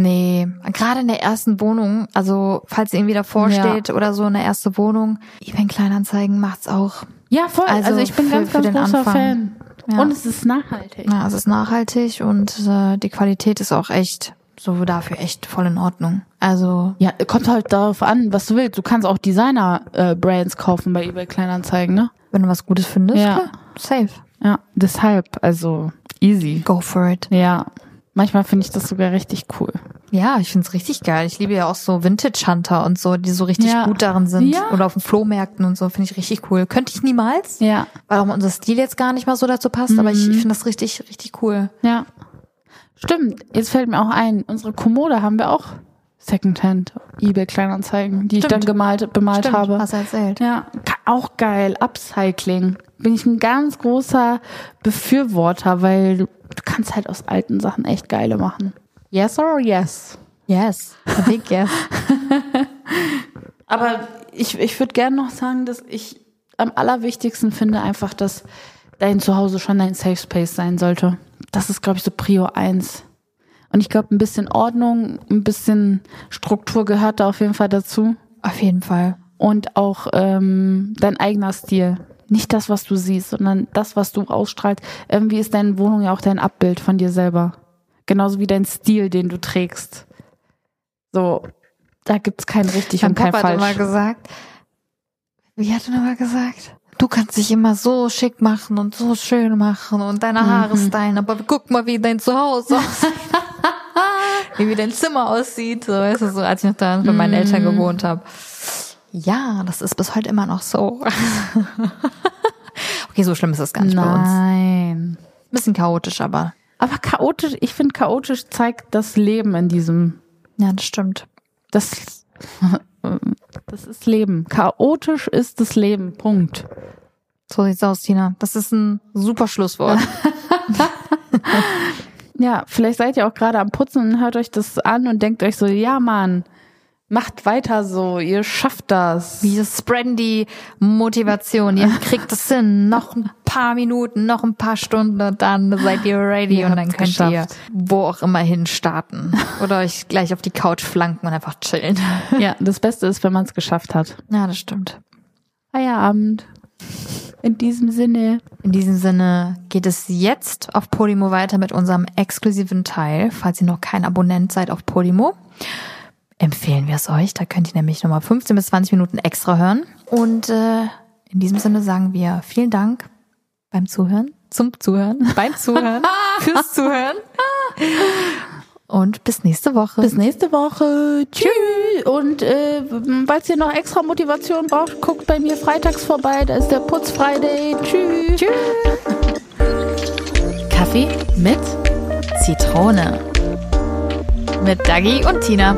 Nee, gerade in der ersten Wohnung, also falls ihr irgendwie davor
Ja.
steht oder so eine erste Wohnung, eBay-Kleinanzeigen macht's auch.
Ja, voll. Also,
Also
ich bin
für-
ganz,
für
ganz
den
großer
Anfang.
Fan.
Ja.
Und es ist nachhaltig.
Ja, es ist nachhaltig und äh, die Qualität ist auch echt, so dafür echt voll in Ordnung. Also,
Ja, kommt halt darauf an, was du willst. Du kannst auch Designer-Brands kaufen bei eBay Kleinanzeigen, ne?
wenn du was Gutes findest,
Ja.
klar, safe.
Ja, deshalb, also easy.
Go for it.
Ja, manchmal finde ich das sogar richtig cool.
Ja, ich find's richtig geil. Ich liebe ja auch so Vintage Hunter und so, die so richtig
Ja.
gut darin sind.
Ja.
Oder auf den Flohmärkten und so, finde ich richtig cool. Könnte ich niemals,
Ja, Mhm.
weil auch unser Stil jetzt gar nicht mal so dazu passt, aber ich, ich finde das richtig, richtig cool.
ja. Stimmt, jetzt fällt mir auch ein, unsere Kommode haben wir auch Secondhand eBay Kleinanzeigen, die ich dann
Stimmt.
gemalt bemalt
Stimmt,
habe.
hast du erzählt.
Ja, ka- auch geil. Upcycling. Bin ich ein ganz großer Befürworter, weil du du kannst halt aus alten Sachen echt geile machen. Yes or yes.
Yes, a big yes.
Aber ich, ich würde gerne noch sagen, dass ich am allerwichtigsten finde einfach, dass dein Zuhause schon dein Safe Space sein sollte. Das ist, glaube ich, so Prio 1. Und ich glaube, ein bisschen Ordnung, ein bisschen Struktur gehört da auf jeden Fall dazu.
auf jeden Fall.
und auch ähm, dein eigener Stil. Nicht das, was du siehst, sondern das, was du ausstrahlst. Irgendwie ist deine Wohnung ja auch dein Abbild von dir selber. Genauso wie dein Stil, den du trägst. So, da gibt's kein richtig
mein
und kein
Papa hat immer
falsch.
gesagt, wie hat er immer gesagt? Du kannst dich immer so schick machen und so schön machen und deine Haare stylen, aber guck mal, wie dein Zuhause aussieht. wie dein Zimmer aussieht, so weißt du, so als ich noch da bei meinen Eltern gewohnt habe. Ja, das ist bis heute immer noch so. okay, so schlimm ist das gar nicht bei uns.
Nein.
Bisschen chaotisch, aber
Aber chaotisch, ich finde, chaotisch zeigt das Leben in diesem.
ja, das stimmt.
Das, das ist Leben. Chaotisch ist das Leben. Punkt.
So sieht's aus, Tina. Das ist ein super Schlusswort.
Ja, vielleicht seid ihr auch gerade am Putzen und hört euch das an und denkt euch so, ja Mann, macht weiter so, ihr schafft das.
Wir spreaden die Motivation. Ihr kriegt es hin. Noch ein paar Minuten, noch ein paar Stunden und dann seid ihr ready
Ihr
und dann
habt's
könnt ihr
geschafft.
wo auch immer hin starten. Oder euch gleich auf die Couch flanken und einfach chillen.
Ja, das Beste ist, wenn man es geschafft hat.
Ja, das stimmt.
Feierabend. In diesem Sinne.
In diesem Sinne geht es jetzt auf Podimo weiter mit unserem exklusiven Teil. Falls ihr noch kein Abonnent seid auf Podimo, empfehlen wir es euch. Da könnt ihr nämlich nochmal 15 bis 20 Minuten extra hören. Und äh, in diesem Sinne sagen wir vielen Dank beim Zuhören, zum Zuhören, beim Zuhören, fürs Zuhören. Und bis nächste Woche.
Bis nächste Woche. Tschüss. Und äh, falls ihr noch extra Motivation braucht, guckt bei mir freitags vorbei. Da ist der Putz Friday. Tschüss. Tschüss.
Kaffee mit
Zitrone. Mit Dagi und Tina.